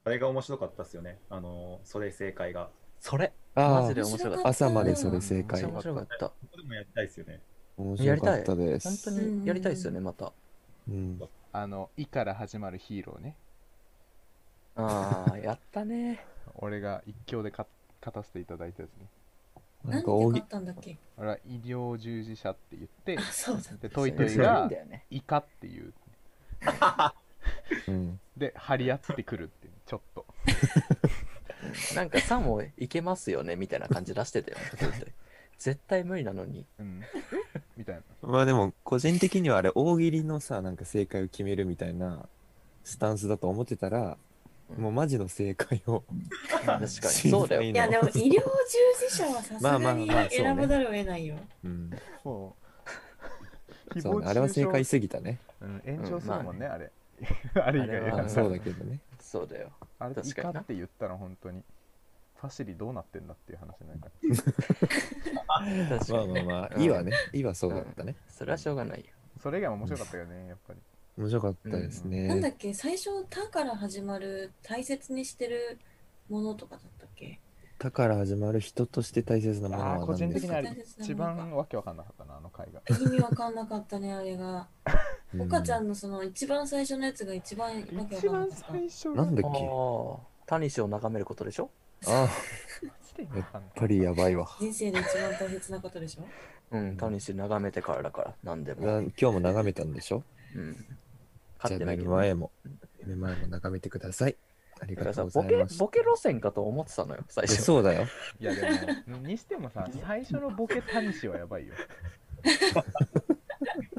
Speaker 4: あれが面白かったですよね。あの、それ正解が。
Speaker 1: それ
Speaker 3: あ
Speaker 1: マジで
Speaker 3: あ、
Speaker 1: 面白かっ
Speaker 3: 朝までそれ
Speaker 1: た。
Speaker 3: 正解。
Speaker 1: 面白かった。
Speaker 4: ここでもやりたいですよね。
Speaker 3: 面白かったで
Speaker 1: 本当
Speaker 3: す。
Speaker 1: にやりたいですよね、また。
Speaker 3: うん。
Speaker 5: あの「い」から始まるヒーローね
Speaker 1: ああ、やったね。
Speaker 5: 俺が一強でか勝たせていただいたやつね
Speaker 2: な
Speaker 3: なんん
Speaker 2: て
Speaker 3: か大
Speaker 2: 買
Speaker 3: 喜
Speaker 2: ったんだっけ
Speaker 5: 俺は医療従事者って言って
Speaker 2: あ、そうだ。
Speaker 5: でトイトイ
Speaker 1: それいい
Speaker 5: が
Speaker 1: んだよね。
Speaker 5: イカっていう
Speaker 3: うん。
Speaker 5: で張り合ってくるっていうちょっと
Speaker 1: なんかさもいけますよねみたいな感じ出してたよね。 絶対絶対無理なのに。
Speaker 5: うんみたいな
Speaker 3: まあでも、個人的にはあれ、大喜利のさ、なんか正解を決めるみたいなスタンスだと思ってたら、
Speaker 1: うん
Speaker 3: もうマジの正解を。
Speaker 1: 確かに。そうだよ。
Speaker 2: いや、でも医療従事者はさす
Speaker 3: まあま
Speaker 2: が
Speaker 3: あまあ
Speaker 2: に
Speaker 3: そうね
Speaker 2: 選ばざるを得ないよ。
Speaker 3: うん。
Speaker 5: もう
Speaker 3: そうね、あれは正解
Speaker 5: す
Speaker 3: すぎたね。
Speaker 5: うん炎上するもんね、あれあれ以外
Speaker 1: あれは
Speaker 5: は
Speaker 3: まあそうだけどね。
Speaker 1: そうだよ。
Speaker 5: あれイ
Speaker 1: 確か
Speaker 5: カ
Speaker 1: にな
Speaker 5: って言ったら本当にファシリどうなってんだっていう話になるから
Speaker 1: 確か
Speaker 3: まあ
Speaker 1: に
Speaker 3: まあ
Speaker 1: ね。
Speaker 3: ま
Speaker 1: う
Speaker 3: あ、
Speaker 1: ん
Speaker 3: いいわね。いいわ、そうだったね。
Speaker 1: それはしょうがないよ。
Speaker 5: それ以外も面白かったよねやっぱり
Speaker 3: 面白かったです
Speaker 2: なん
Speaker 3: ね。
Speaker 2: だっけ最初、たから始まる大切にしてるものとかだったっけ
Speaker 3: だから始まる人として大切なもの
Speaker 5: ああ
Speaker 3: は
Speaker 5: 個
Speaker 3: 何
Speaker 5: 人
Speaker 3: で
Speaker 5: 的
Speaker 3: す
Speaker 5: に
Speaker 3: か
Speaker 2: は
Speaker 5: あれ一番わけわかんなかったなあの回が
Speaker 2: 意味わかんなかったね、あれが。
Speaker 3: う
Speaker 2: 岡ちゃんのその一番最初のやつが一番わけわ
Speaker 5: 一
Speaker 2: かんな
Speaker 5: 番
Speaker 2: かった。
Speaker 5: 最初が
Speaker 3: なんだ
Speaker 1: あ
Speaker 3: っけあ
Speaker 1: あ、タニシを眺めることでしょ
Speaker 3: あ、やっ
Speaker 5: マジでわかんない
Speaker 3: ぱりやばいわ。
Speaker 2: 人生で一番大切なことでしょ
Speaker 1: うん、タニシ眺めてからだから、なんで
Speaker 3: な
Speaker 1: も。
Speaker 3: 今日も眺めたんでしょ
Speaker 1: うん。
Speaker 3: じ
Speaker 1: 勝
Speaker 3: ゃ
Speaker 1: っ
Speaker 3: あ
Speaker 1: てないけ
Speaker 3: 寝
Speaker 1: ど
Speaker 3: る
Speaker 1: ね。
Speaker 3: 前も、寝る前も眺めてください。あり
Speaker 1: だか
Speaker 3: が
Speaker 1: ら
Speaker 3: と
Speaker 1: さ
Speaker 3: う
Speaker 1: ボ
Speaker 3: ござい
Speaker 1: ケ
Speaker 3: ま、す
Speaker 1: ボ。ケ路線かと思ってたのよ、最
Speaker 3: え
Speaker 1: 初。
Speaker 3: そうだよ。
Speaker 5: いやで もにしてもさ最初のボケタニシはやばいよ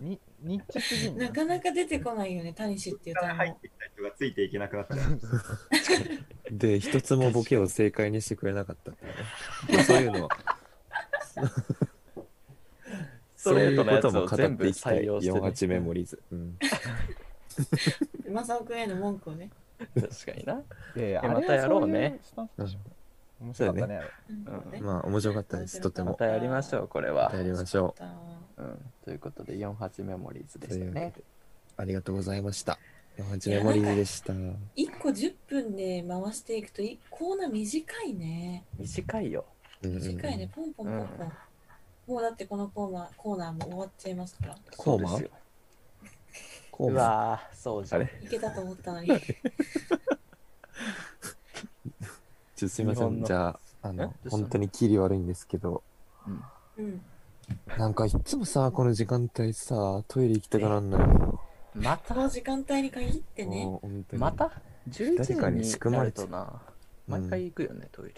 Speaker 5: にニッチすぎん
Speaker 2: な
Speaker 5: ね
Speaker 2: かなか出てこないよね、タニシっていう単
Speaker 4: 入っ
Speaker 2: 語。
Speaker 4: てきた人がついていけなくなっちゃう。
Speaker 3: で、一つもボケを正解にしてくれなかったっていうね。ま あそういうのを。
Speaker 1: スト
Speaker 3: そう
Speaker 1: レー
Speaker 3: い
Speaker 1: ト
Speaker 3: う
Speaker 1: な
Speaker 3: こ
Speaker 1: やつ
Speaker 3: と
Speaker 1: を
Speaker 3: も語っていきたい。
Speaker 1: 全部採用してね
Speaker 3: 48メモリーズ。うん。
Speaker 2: マサオくんへの文句をね。
Speaker 1: 確かにな。
Speaker 5: いやいや
Speaker 1: えまたやろうね
Speaker 5: あれはそういうスタンスでしょ面白かったねあれ
Speaker 2: うん
Speaker 1: うん
Speaker 3: まあ、面白かったです。とて
Speaker 1: ま
Speaker 3: も。
Speaker 1: たやりましょう、これ
Speaker 3: ま
Speaker 1: は
Speaker 3: た。やりましょ
Speaker 1: うん、ということで、48メモリーズ
Speaker 3: う。
Speaker 1: で
Speaker 3: と
Speaker 1: し
Speaker 3: い
Speaker 1: た
Speaker 3: うわけ
Speaker 1: ね。
Speaker 3: で、ありがとうございました。48メモリーズでした。
Speaker 2: 一個10分で回していくといコーナー短いね
Speaker 1: 短いよ。
Speaker 3: うんうん
Speaker 2: 短いねポンポンポンポン、もうだってこのコーナーコーナーも終わっちゃいますから
Speaker 3: コーマ
Speaker 1: そうですよ
Speaker 3: コー
Speaker 1: う
Speaker 3: マ
Speaker 1: わー、そうじゃん
Speaker 3: あ。
Speaker 2: いけたと思 ったのには
Speaker 3: ちょすいませ
Speaker 1: 日本
Speaker 3: ん。
Speaker 1: の
Speaker 3: じゃあ、あ
Speaker 1: えどう
Speaker 3: の
Speaker 1: し、たの
Speaker 3: 本当にキリ悪いんですけど、
Speaker 2: うん
Speaker 3: なんかいつもさ、この時間帯さ、トイレ行きたくなんのよ。
Speaker 1: ま
Speaker 2: この
Speaker 1: た
Speaker 2: 時間帯に限ってね
Speaker 3: もう本当に
Speaker 1: また ?11
Speaker 3: 誰かに仕
Speaker 1: 時に
Speaker 3: 組
Speaker 1: な
Speaker 3: ま
Speaker 1: る
Speaker 3: れて
Speaker 1: とな。
Speaker 3: うん
Speaker 1: 毎回行くよね、トイレ。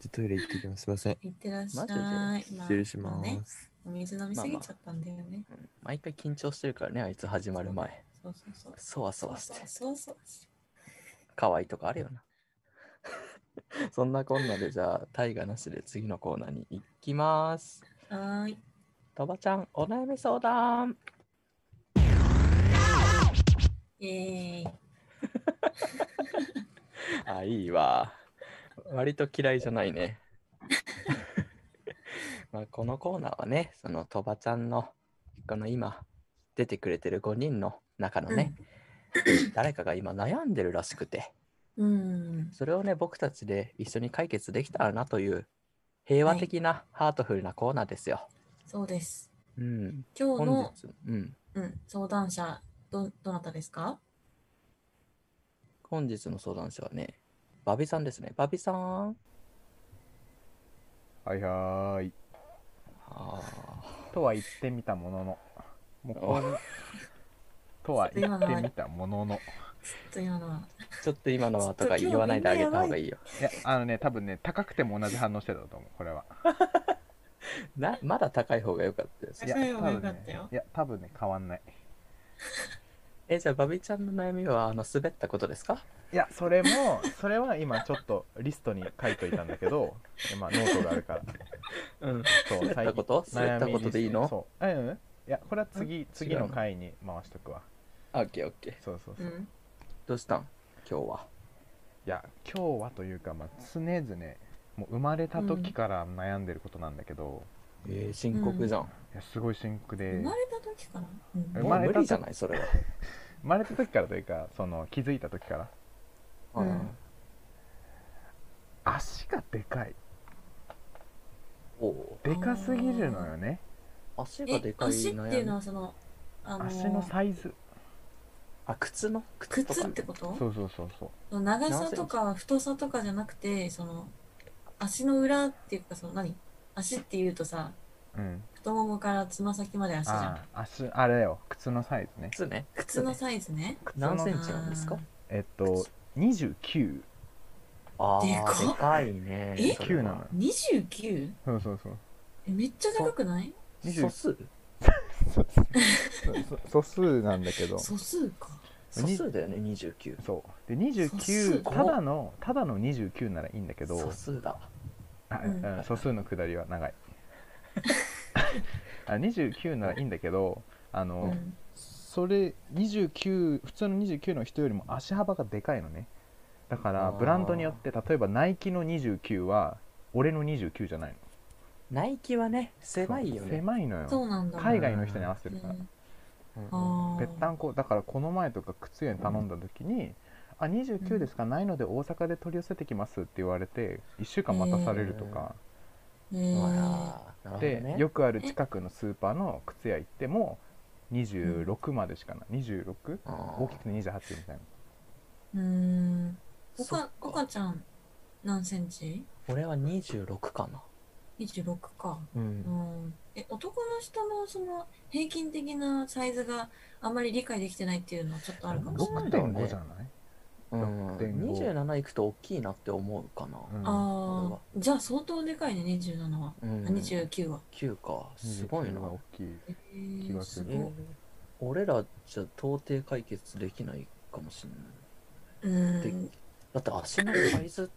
Speaker 3: ちょトイレ行ってきます。すいません。
Speaker 2: いってらっしゃい、
Speaker 1: マ
Speaker 2: まあ
Speaker 3: 失礼しま
Speaker 2: あね
Speaker 3: す。
Speaker 2: お水飲みすぎちゃったんだよね、
Speaker 1: うん毎回緊張してるからね、あいつ始まる前。
Speaker 2: そうそうそう
Speaker 1: そわそ
Speaker 2: そう
Speaker 1: わして
Speaker 2: そう。そうそう
Speaker 1: 可愛いとかあるよな。 そんなこんなで、じゃあ、大河なしで次のコーナーに行きます。
Speaker 2: はーい
Speaker 1: とばちゃん、お悩み相談。
Speaker 2: イエーイ。
Speaker 1: あ、いいわ。割と嫌いじゃないね。まあこのコーナーはね、そのとばちゃんの、この今出てくれてる5人の中のね、誰かが今悩んでるらしくて、
Speaker 2: うん。
Speaker 1: それをね、僕たちで一緒に解決できたらなという平和的なハートフルなコーナーですよ。
Speaker 2: そうです。
Speaker 1: うん。
Speaker 2: 今日
Speaker 1: 本
Speaker 2: の、
Speaker 1: 日、うん。
Speaker 2: うん、相談者、ど、どなたですか
Speaker 1: 本日の相談者はね、バビさんですね。バビさん。
Speaker 5: はいはーい。
Speaker 1: あ
Speaker 5: とは言ってみたものの。もうこうとは言ってみたものの。
Speaker 2: ちょっと今のは。
Speaker 1: ーちょっと今のはとか言わないであげた方がいいよ。
Speaker 5: いや、あのね、多分ね、高くても同じ反応してたと思う、これは。
Speaker 1: なまだ高い方が良かったです
Speaker 5: いや、
Speaker 2: 高い方が良
Speaker 5: 多分
Speaker 2: かったよ
Speaker 5: ね、いや、多分ね、変わんない。
Speaker 1: えじゃあバビちゃんの悩みはあの滑ったことですか
Speaker 5: いや、それも、それは今ちょっとリストに書いといたんだけど、 まあノートがあるから。
Speaker 1: うん
Speaker 5: そう、
Speaker 1: 滑ったこと
Speaker 5: 最近
Speaker 1: 滑ったことでいいの
Speaker 5: 悩みリストそう。うんうん。いや、これは次、次の回に回しとくわ。
Speaker 1: オッケーオッケー
Speaker 5: そうそうそうう。
Speaker 2: ん。
Speaker 1: どうしたん今日はい
Speaker 5: や今日はというか、まあ、常々もう生まれた時から悩んでることなんだけど、
Speaker 1: えー、深刻じゃん、
Speaker 5: いやすごい深刻で
Speaker 2: 生ま
Speaker 5: 生
Speaker 2: れた時かな。うん
Speaker 5: え
Speaker 1: も
Speaker 5: ま
Speaker 1: う
Speaker 5: れた
Speaker 1: 無理じゃないそれは、
Speaker 5: まれた時からというかその気づいた時から
Speaker 2: うん
Speaker 1: うん
Speaker 5: 足がでかい
Speaker 1: おお
Speaker 5: でかすぎるのよね
Speaker 1: 足がで
Speaker 2: え、
Speaker 1: かい
Speaker 2: 足っていうの
Speaker 1: 悩み
Speaker 2: はその、あの
Speaker 5: 足のサイズ
Speaker 1: あ靴の靴と
Speaker 2: 靴
Speaker 1: か
Speaker 2: ってこと
Speaker 5: そうそうそうそう
Speaker 2: その長さとか太さとかじゃなくて、その、足の裏っていうか、その何足っていうとさ、
Speaker 5: うん
Speaker 2: 太ももからつま先まで足じゃん。
Speaker 5: ああ足あれだよ靴のサイズね
Speaker 1: 靴ね
Speaker 2: 靴のサイズね。
Speaker 5: 靴
Speaker 1: 何
Speaker 5: の
Speaker 1: センチなんですか
Speaker 5: えっと29
Speaker 1: あ
Speaker 2: でかっ
Speaker 1: ーでかいね
Speaker 2: え
Speaker 1: それ
Speaker 5: 9
Speaker 1: は
Speaker 5: なのよ
Speaker 2: 29?
Speaker 5: そうそうそう
Speaker 2: えめっちゃ高くない
Speaker 1: 素
Speaker 5: 20
Speaker 1: 数
Speaker 5: そうそう素数なんだけど
Speaker 2: 素数か。
Speaker 1: 素数だよね29
Speaker 5: そうで
Speaker 2: 素数
Speaker 5: 29ただのただの29ならいいんだけど
Speaker 1: 素数だ
Speaker 5: あ
Speaker 2: うん
Speaker 5: うん素数の下りは長いあ29ならいいんだけどあ
Speaker 2: う
Speaker 5: の、
Speaker 2: ん。
Speaker 5: それ29普通の29の人よりも足幅がでかいのねだから
Speaker 1: あー
Speaker 5: ブランドによって例えばナイキの29は俺の29じゃないの
Speaker 1: ナイキはね狭いよ
Speaker 5: そう
Speaker 1: ね
Speaker 5: 狭いの
Speaker 2: そ
Speaker 5: よ
Speaker 2: うなんだ。
Speaker 5: 海外の人に合わせてるから、
Speaker 1: うんうん
Speaker 2: あ
Speaker 5: ぺったんこだからこの前とか靴屋に頼んだ時に「あ29ですかないので大阪で取り寄せてきます」って言われて1週間待たされるとか、
Speaker 2: え
Speaker 1: う
Speaker 2: ー、
Speaker 1: わーなるほど
Speaker 5: で
Speaker 1: ね
Speaker 5: よくある近くのスーパーの靴屋行っても26までしかない26
Speaker 1: あー
Speaker 5: 大きくて28みたいな
Speaker 2: うーん。お
Speaker 1: そっ
Speaker 2: か
Speaker 1: か、
Speaker 2: おかちゃん、何センチ
Speaker 1: 俺は26かな
Speaker 2: ?26 か。
Speaker 1: うん
Speaker 2: うん。え、男の人のその平均的なサイズがあんまり理解できてないっていうのはちょっとあるかもしれない。
Speaker 1: そうだよね
Speaker 5: 6.5じゃない
Speaker 1: うん、
Speaker 5: 6.5
Speaker 1: 27いくと大きいなって思うかな。
Speaker 5: うん
Speaker 2: ああ、じゃあ相当でかいね、27は。
Speaker 1: うん、
Speaker 2: 29は。
Speaker 1: 9か、すごいな
Speaker 5: 29。は大きい
Speaker 2: え
Speaker 5: 気
Speaker 2: ー、
Speaker 5: がす
Speaker 2: す
Speaker 5: る
Speaker 2: ご
Speaker 1: えー
Speaker 2: い。
Speaker 1: 俺らじゃ到底解決できないかもしれな
Speaker 2: う
Speaker 1: い。で
Speaker 2: ん。
Speaker 1: だって足のサイズ、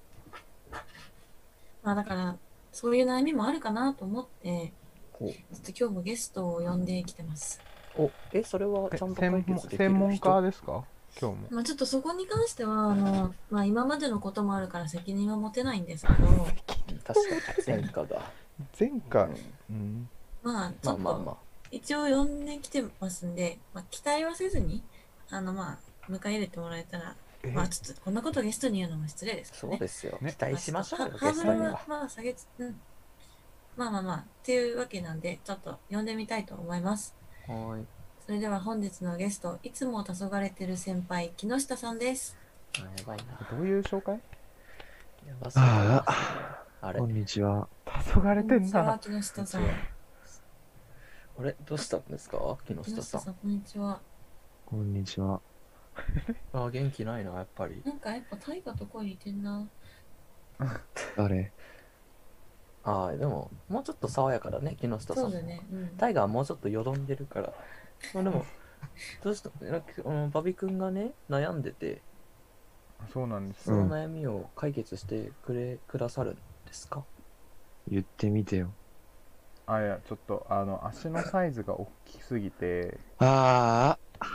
Speaker 2: まあだから、そういう悩みもあるかなと思って、
Speaker 1: お
Speaker 2: ちょっと今日もゲストを呼んできてます。
Speaker 1: おえ、それは
Speaker 5: え
Speaker 1: ちゃんと
Speaker 5: 専
Speaker 1: 解
Speaker 5: 門
Speaker 1: 決できる人
Speaker 5: 専門家ですか今日も
Speaker 2: まあちょっとそこに関しては、あの、まあ今までのこともあるから責任は持てないんですけど、
Speaker 1: うん確かに専科が。
Speaker 5: 前
Speaker 1: う
Speaker 5: 回
Speaker 1: ん
Speaker 5: うん
Speaker 2: まあち
Speaker 1: ま
Speaker 2: ょ
Speaker 1: あ
Speaker 2: っ
Speaker 1: まあ
Speaker 2: と
Speaker 1: まあ。
Speaker 2: 一応呼んできてますんで、まあ期待はせずに、あのまあ迎え入れてもらえたら、
Speaker 5: え
Speaker 2: まあちょっとこんなことゲストに言うのも失礼ですけど
Speaker 1: そう
Speaker 2: ね。
Speaker 1: ですよ。
Speaker 5: ね
Speaker 1: 期待しましょうよ、
Speaker 2: ハハ
Speaker 1: ゲ
Speaker 2: ー
Speaker 1: ス
Speaker 2: ド
Speaker 1: ト
Speaker 2: ル
Speaker 1: に
Speaker 2: は
Speaker 1: は。
Speaker 2: まあ下げつ、うん。まあまあまあ、っていうわけなんで、ちょっと呼んでみたいと思います。
Speaker 1: はーい。
Speaker 2: それでは本日のゲスト、いつも黄昏てる先輩、木下さんです。
Speaker 1: あやばいな。
Speaker 5: どういう紹介
Speaker 1: やばそうだなあれ
Speaker 3: こんにちは。
Speaker 5: 黄昏
Speaker 2: こ
Speaker 5: てんな
Speaker 2: んにちは、木下さん。
Speaker 1: あれどうしたんですか木
Speaker 2: 木
Speaker 1: 下
Speaker 2: 下
Speaker 1: さ
Speaker 2: さん、こんにちは。
Speaker 3: こんにちは。
Speaker 1: ん。あ、元気ないな、やっぱり。
Speaker 2: なんかやっぱ大河と声似てんな。
Speaker 3: 誰
Speaker 1: ああ、でも、もうちょっと爽やかだね、木下さん。
Speaker 2: そうだね。うん。
Speaker 1: タイガーはもうちょっとよどんでるから。まあでも、どうしたなんかあのバビ君がね、悩んでて、
Speaker 5: そうなんです
Speaker 1: そ
Speaker 5: よ
Speaker 1: の悩みを解決してくれ、くださるんですか
Speaker 3: 言ってみてよ。
Speaker 5: あいやちょっとあの足のサイズが大きすぎて
Speaker 3: ああ。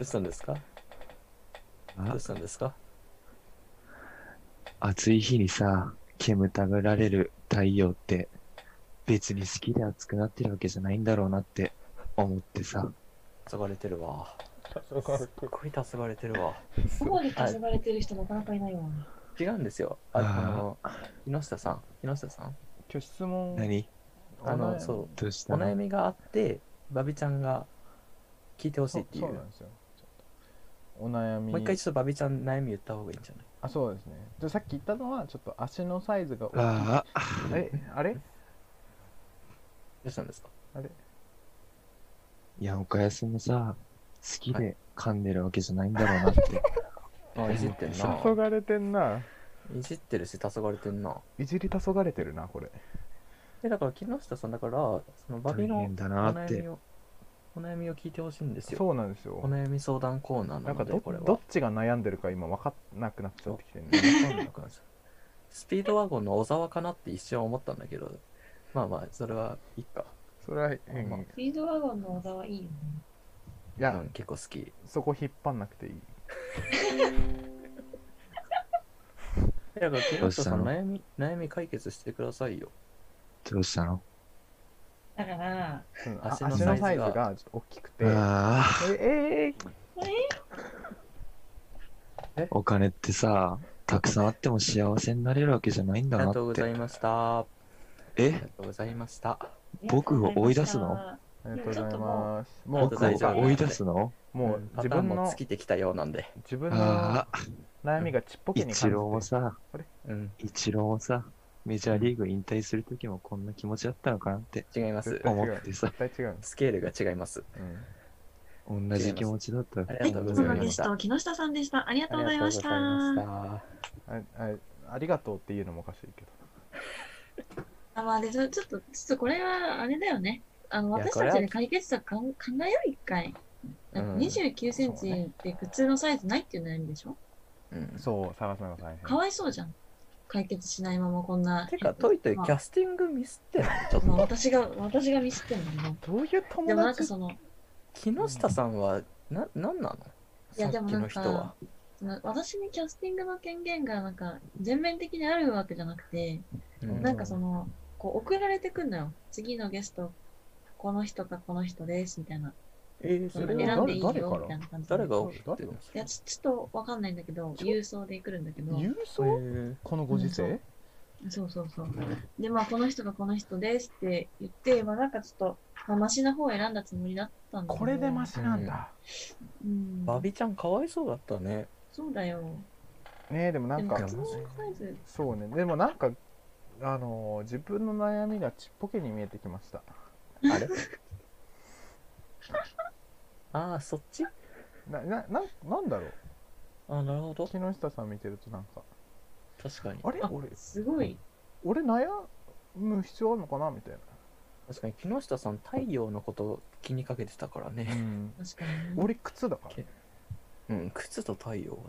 Speaker 1: うしたんですかど
Speaker 3: あ
Speaker 1: うしたんですか
Speaker 3: 暑い日にさ、煙たがられる太陽って、別に好きで暑くなってるわけじゃないんだろうなって思ってさ、
Speaker 1: 黄昏れてるわ。すっごい黄昏れてるわ。
Speaker 2: そこまで黄ばれてる人なかなかいないわ。
Speaker 1: 違うんですよ。ああの、木下さん、木下さん。
Speaker 5: 今日質問
Speaker 3: 何
Speaker 1: あ
Speaker 5: お
Speaker 1: の、
Speaker 5: 悩
Speaker 1: そう、
Speaker 3: どうし
Speaker 1: お
Speaker 3: た
Speaker 1: 悩
Speaker 3: の
Speaker 1: みがあって、バビちゃんが聞いてほしい
Speaker 5: そ
Speaker 1: っ
Speaker 5: う
Speaker 1: てい。
Speaker 5: そううなんですよちょっとお悩み
Speaker 1: もう一回ちょっとバビちゃん悩み言った方がいいんじゃない
Speaker 5: あそうですねじゃあさっき言ったのはちょっと足のサイズが大きい
Speaker 3: ああ、
Speaker 5: えあれ
Speaker 1: どうしたんですか
Speaker 5: あれ
Speaker 3: いや、岡安もさ、好きで噛んでるわけじゃないんだろうなって。
Speaker 1: あ、いじってん
Speaker 5: 黄
Speaker 1: な。
Speaker 5: 昏てんない
Speaker 1: じってるし、黄昏れてんな。
Speaker 5: いじり黄昏れてるなこれ
Speaker 1: で、だから木下さん、だから、その バ
Speaker 3: 大
Speaker 1: ビの
Speaker 3: 変だ
Speaker 1: お
Speaker 3: なっ
Speaker 1: 悩み
Speaker 3: て。
Speaker 1: を、お悩みを聞いてほしいんですよ。
Speaker 5: そうなんです
Speaker 1: お
Speaker 5: よ
Speaker 1: 悩み相談コーナーな
Speaker 5: な
Speaker 1: ん
Speaker 5: か
Speaker 1: の
Speaker 5: ど
Speaker 1: で、これは。
Speaker 5: どっちが悩んでるか今分かんなくなっちゃってきてるね
Speaker 1: わかんなくなっちゃうスピードワゴンの小沢かなって一瞬思ったんだけど、まあまあ、それはいいか。
Speaker 5: それは、
Speaker 1: まあ
Speaker 5: うん、い
Speaker 2: フィードワゴンの小沢いいよね。
Speaker 1: う
Speaker 5: や
Speaker 1: ん、結構好き。
Speaker 5: そこ引っ張んなくていい
Speaker 1: だから、木下さん、
Speaker 3: どうした
Speaker 1: 悩み、悩み解決してくださいよ。
Speaker 3: どうしたの
Speaker 2: だから、
Speaker 5: そのあ
Speaker 1: 足
Speaker 5: 足
Speaker 1: の
Speaker 5: の
Speaker 1: サイ
Speaker 5: サ
Speaker 1: ズ
Speaker 5: イ
Speaker 1: が
Speaker 5: ズがちょっと大きくて
Speaker 3: ああ、
Speaker 5: ええ
Speaker 3: お金ってさ、たくさんあっても幸せになれるわけじゃないん
Speaker 1: あ
Speaker 3: だ
Speaker 1: り
Speaker 3: な
Speaker 1: がとう
Speaker 3: っ
Speaker 1: ござい
Speaker 3: て。
Speaker 1: ました。あり
Speaker 3: え
Speaker 1: がとうございました。
Speaker 3: 僕を追い出すの
Speaker 5: ー、ありがとうございます
Speaker 1: ちょ
Speaker 5: も
Speaker 1: っと
Speaker 5: う
Speaker 3: 僕
Speaker 1: 大丈夫
Speaker 3: を追い出すの
Speaker 5: も
Speaker 1: ん
Speaker 5: う
Speaker 1: パ
Speaker 5: 自
Speaker 1: ターン
Speaker 5: 分
Speaker 1: も
Speaker 5: の
Speaker 1: 尽きてきたようなんで。
Speaker 5: 自分の
Speaker 3: ああ、
Speaker 5: 悩みがちっぽけに
Speaker 3: 一
Speaker 5: 感じて
Speaker 3: 郎もさ、
Speaker 1: うん、
Speaker 3: 一郎もさ、メジャーリーグ引退するときもこんな気持ちだったのかなって
Speaker 1: 違います。
Speaker 3: 思ってさ、
Speaker 5: 絶対違うんです、
Speaker 1: スケールが違います。
Speaker 5: うん
Speaker 3: 同じ気持ちだった。
Speaker 1: ありがとうござ
Speaker 2: そう
Speaker 1: い
Speaker 2: なん
Speaker 1: ま
Speaker 2: で
Speaker 1: し
Speaker 2: す
Speaker 1: た。
Speaker 2: と、木下さんでした。ありが
Speaker 1: あ
Speaker 2: とうございました。あ
Speaker 1: た。
Speaker 5: ああありがとうっていうのもおかしいけど
Speaker 2: まあ、でちょちょっと、ちょっとこれはあれだよね。あの
Speaker 1: いや
Speaker 2: 私
Speaker 1: これ
Speaker 2: た
Speaker 1: は
Speaker 2: ちで解決策考考えよう、一回。なんか
Speaker 1: うん
Speaker 2: 29センチって普通のサイズないっていう悩みでしょ、
Speaker 1: うん、
Speaker 5: そう探すのが大変
Speaker 2: かわいそうじゃん。解決しないままこんな。
Speaker 1: てか、トイトイキ
Speaker 2: まあ
Speaker 1: ャスティングミスってないちょっ
Speaker 2: まあ
Speaker 1: と。
Speaker 2: 私が、私がミスってんのね。
Speaker 5: どういう
Speaker 2: でもな
Speaker 5: 友
Speaker 2: んか
Speaker 5: 達
Speaker 2: その、
Speaker 1: 木下さんは、な、なんなの
Speaker 2: いや
Speaker 1: さ
Speaker 2: で
Speaker 1: っ
Speaker 2: も
Speaker 1: き
Speaker 2: な
Speaker 1: の
Speaker 2: ん
Speaker 1: 人
Speaker 2: か
Speaker 1: は。
Speaker 2: その私にキャスティングの権限がなんか全面的にあるわけじゃなくて、
Speaker 1: うん
Speaker 2: なんかその、こう送られてくんのよ。次のゲスト、この人かこの人です、みたいな。
Speaker 1: えー、そ
Speaker 5: それ
Speaker 1: れ
Speaker 5: は
Speaker 2: 選んでいいよ、
Speaker 5: 誰から
Speaker 2: みたいな感じで。
Speaker 1: 誰が送
Speaker 5: 誰が
Speaker 1: ってるの
Speaker 2: いや、ちちょっとわかんないんだけど、郵送で来るんだけど、
Speaker 5: 郵送、
Speaker 1: え
Speaker 5: このご時世、
Speaker 2: うんそうそうそう。で、まあ、この人がこの人ですって言って、まあ、なんかちょっと、まあ、マシな方を選んだつもりだったんだけど
Speaker 5: これでマシなんだ、
Speaker 2: うん
Speaker 1: ー、。バビちゃんかわいそうだったね。
Speaker 2: そうだよ。
Speaker 5: ねえでもな
Speaker 2: で
Speaker 5: ん
Speaker 2: も、
Speaker 5: か
Speaker 2: 靴のサイズ、
Speaker 5: そうねでもなんかあのー自分の悩みがちっぽけに見えてきました
Speaker 1: あれああ、そっち
Speaker 5: なななんなんだろう
Speaker 1: あなるほど
Speaker 5: 木。下さん見てるとなんか
Speaker 1: 確かに。
Speaker 5: あれ
Speaker 2: あ
Speaker 5: 俺
Speaker 2: すごい。
Speaker 5: 俺悩む必要あるのかなみたい
Speaker 1: 確かに、木下さん、太陽のこと気にかけてたから
Speaker 5: な、
Speaker 1: ね。
Speaker 2: 確かにね。
Speaker 5: 俺靴だから
Speaker 1: けうん、靴と太陽は違う。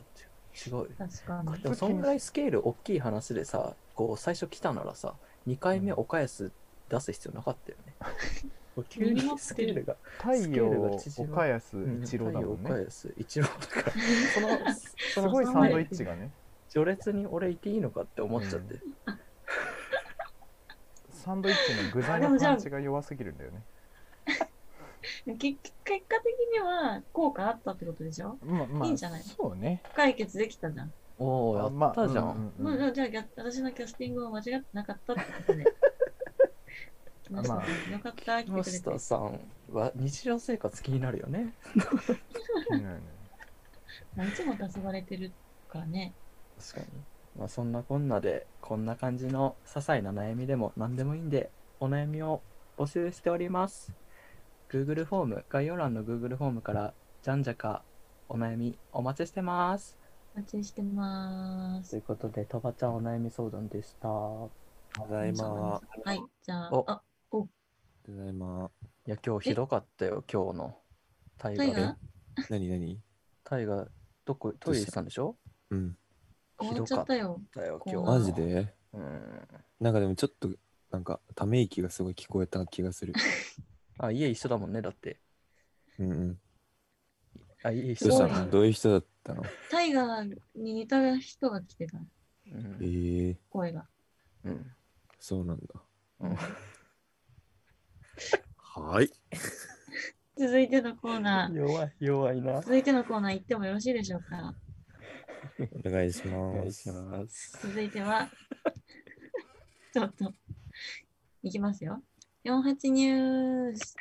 Speaker 1: 違うよ。
Speaker 2: 確かに。
Speaker 1: でもそんぐらいスケール大きい話でさこう最初来たならさ2回目お返す出す必要なかったよね、 急にスケールが
Speaker 5: 太
Speaker 1: スケ
Speaker 5: 陽
Speaker 1: ールが縮む
Speaker 5: 岡安一郎だも
Speaker 1: 太陽
Speaker 5: ん
Speaker 1: お
Speaker 5: ね
Speaker 1: 返す一郎だからその
Speaker 5: す
Speaker 1: その
Speaker 5: ごい
Speaker 1: そ
Speaker 5: サ
Speaker 1: の
Speaker 5: ンドイッチがね
Speaker 1: 序列に俺いていいのかって思っちゃって、
Speaker 5: サンドイッチの具材
Speaker 2: あでも
Speaker 5: の
Speaker 2: じゃあ
Speaker 5: パンチが弱すぎるんだよね
Speaker 2: 結結果的には効果あったってことでしょ
Speaker 5: まあまあ
Speaker 2: いいんじゃない
Speaker 5: そうね
Speaker 2: 解決できたじゃん。
Speaker 1: おおやったじゃん、
Speaker 2: まあじゃあじゃあ、逆私のキャスティングは間違ってなかったってことで。
Speaker 5: ま
Speaker 2: ま
Speaker 5: あ
Speaker 2: あ、よかった、来てくれ
Speaker 1: 木
Speaker 2: て。
Speaker 1: 下さんは日常生活気になるよね
Speaker 5: うんうん
Speaker 2: まあいつも黄昏れてるからね。
Speaker 1: 確かに、まあ、そんなこんなでこんな感じの些細な悩みでも何でもいいんでお悩みを募集しております Google フォーム概要欄の Google フォームからじゃんじゃかお悩みお待ちしてます
Speaker 2: お待ちしてまー
Speaker 1: と
Speaker 2: す
Speaker 1: い。うことでとばちゃんお悩み相談でした
Speaker 3: ただいま。
Speaker 2: はい、じゃあ、
Speaker 1: お
Speaker 2: あ、
Speaker 3: ただいま。
Speaker 1: いや今日ひどかったよ今日のタイガ
Speaker 2: タイガー
Speaker 1: ー
Speaker 3: 何何
Speaker 1: タイガーどこトイレ行ってたんでしょ
Speaker 3: うん。
Speaker 1: ひ
Speaker 2: 終わ
Speaker 1: ど
Speaker 2: っちゃ
Speaker 1: かっ
Speaker 2: ったよ。
Speaker 1: たよ
Speaker 2: こ
Speaker 1: 今
Speaker 2: う
Speaker 1: 日
Speaker 3: マジで
Speaker 1: うん
Speaker 3: なんかでもちょっと、なんか、ため息がすごい聞こえた気がする。
Speaker 1: あ家一緒だもんねだって
Speaker 3: うんうん。
Speaker 1: あ、いい
Speaker 3: ど
Speaker 1: 人
Speaker 3: うし
Speaker 1: だ
Speaker 3: た
Speaker 2: そう
Speaker 1: な
Speaker 3: の。どういう人だったの
Speaker 2: タイガーに似た人が来てた、
Speaker 1: う
Speaker 3: ええ
Speaker 1: ん
Speaker 2: 声が。
Speaker 1: うん
Speaker 3: そうなんだ。
Speaker 1: うん
Speaker 3: はい。
Speaker 2: 続いてのコ ーナー、
Speaker 1: 弱い、弱いな。
Speaker 2: 続いてのコーナー行ってもよろしいでしょうか。
Speaker 3: お願いし
Speaker 1: お願
Speaker 3: ま
Speaker 1: い
Speaker 3: す
Speaker 1: し。ます。
Speaker 2: 続いては、 ちょっと、いきますよ。48ニュース。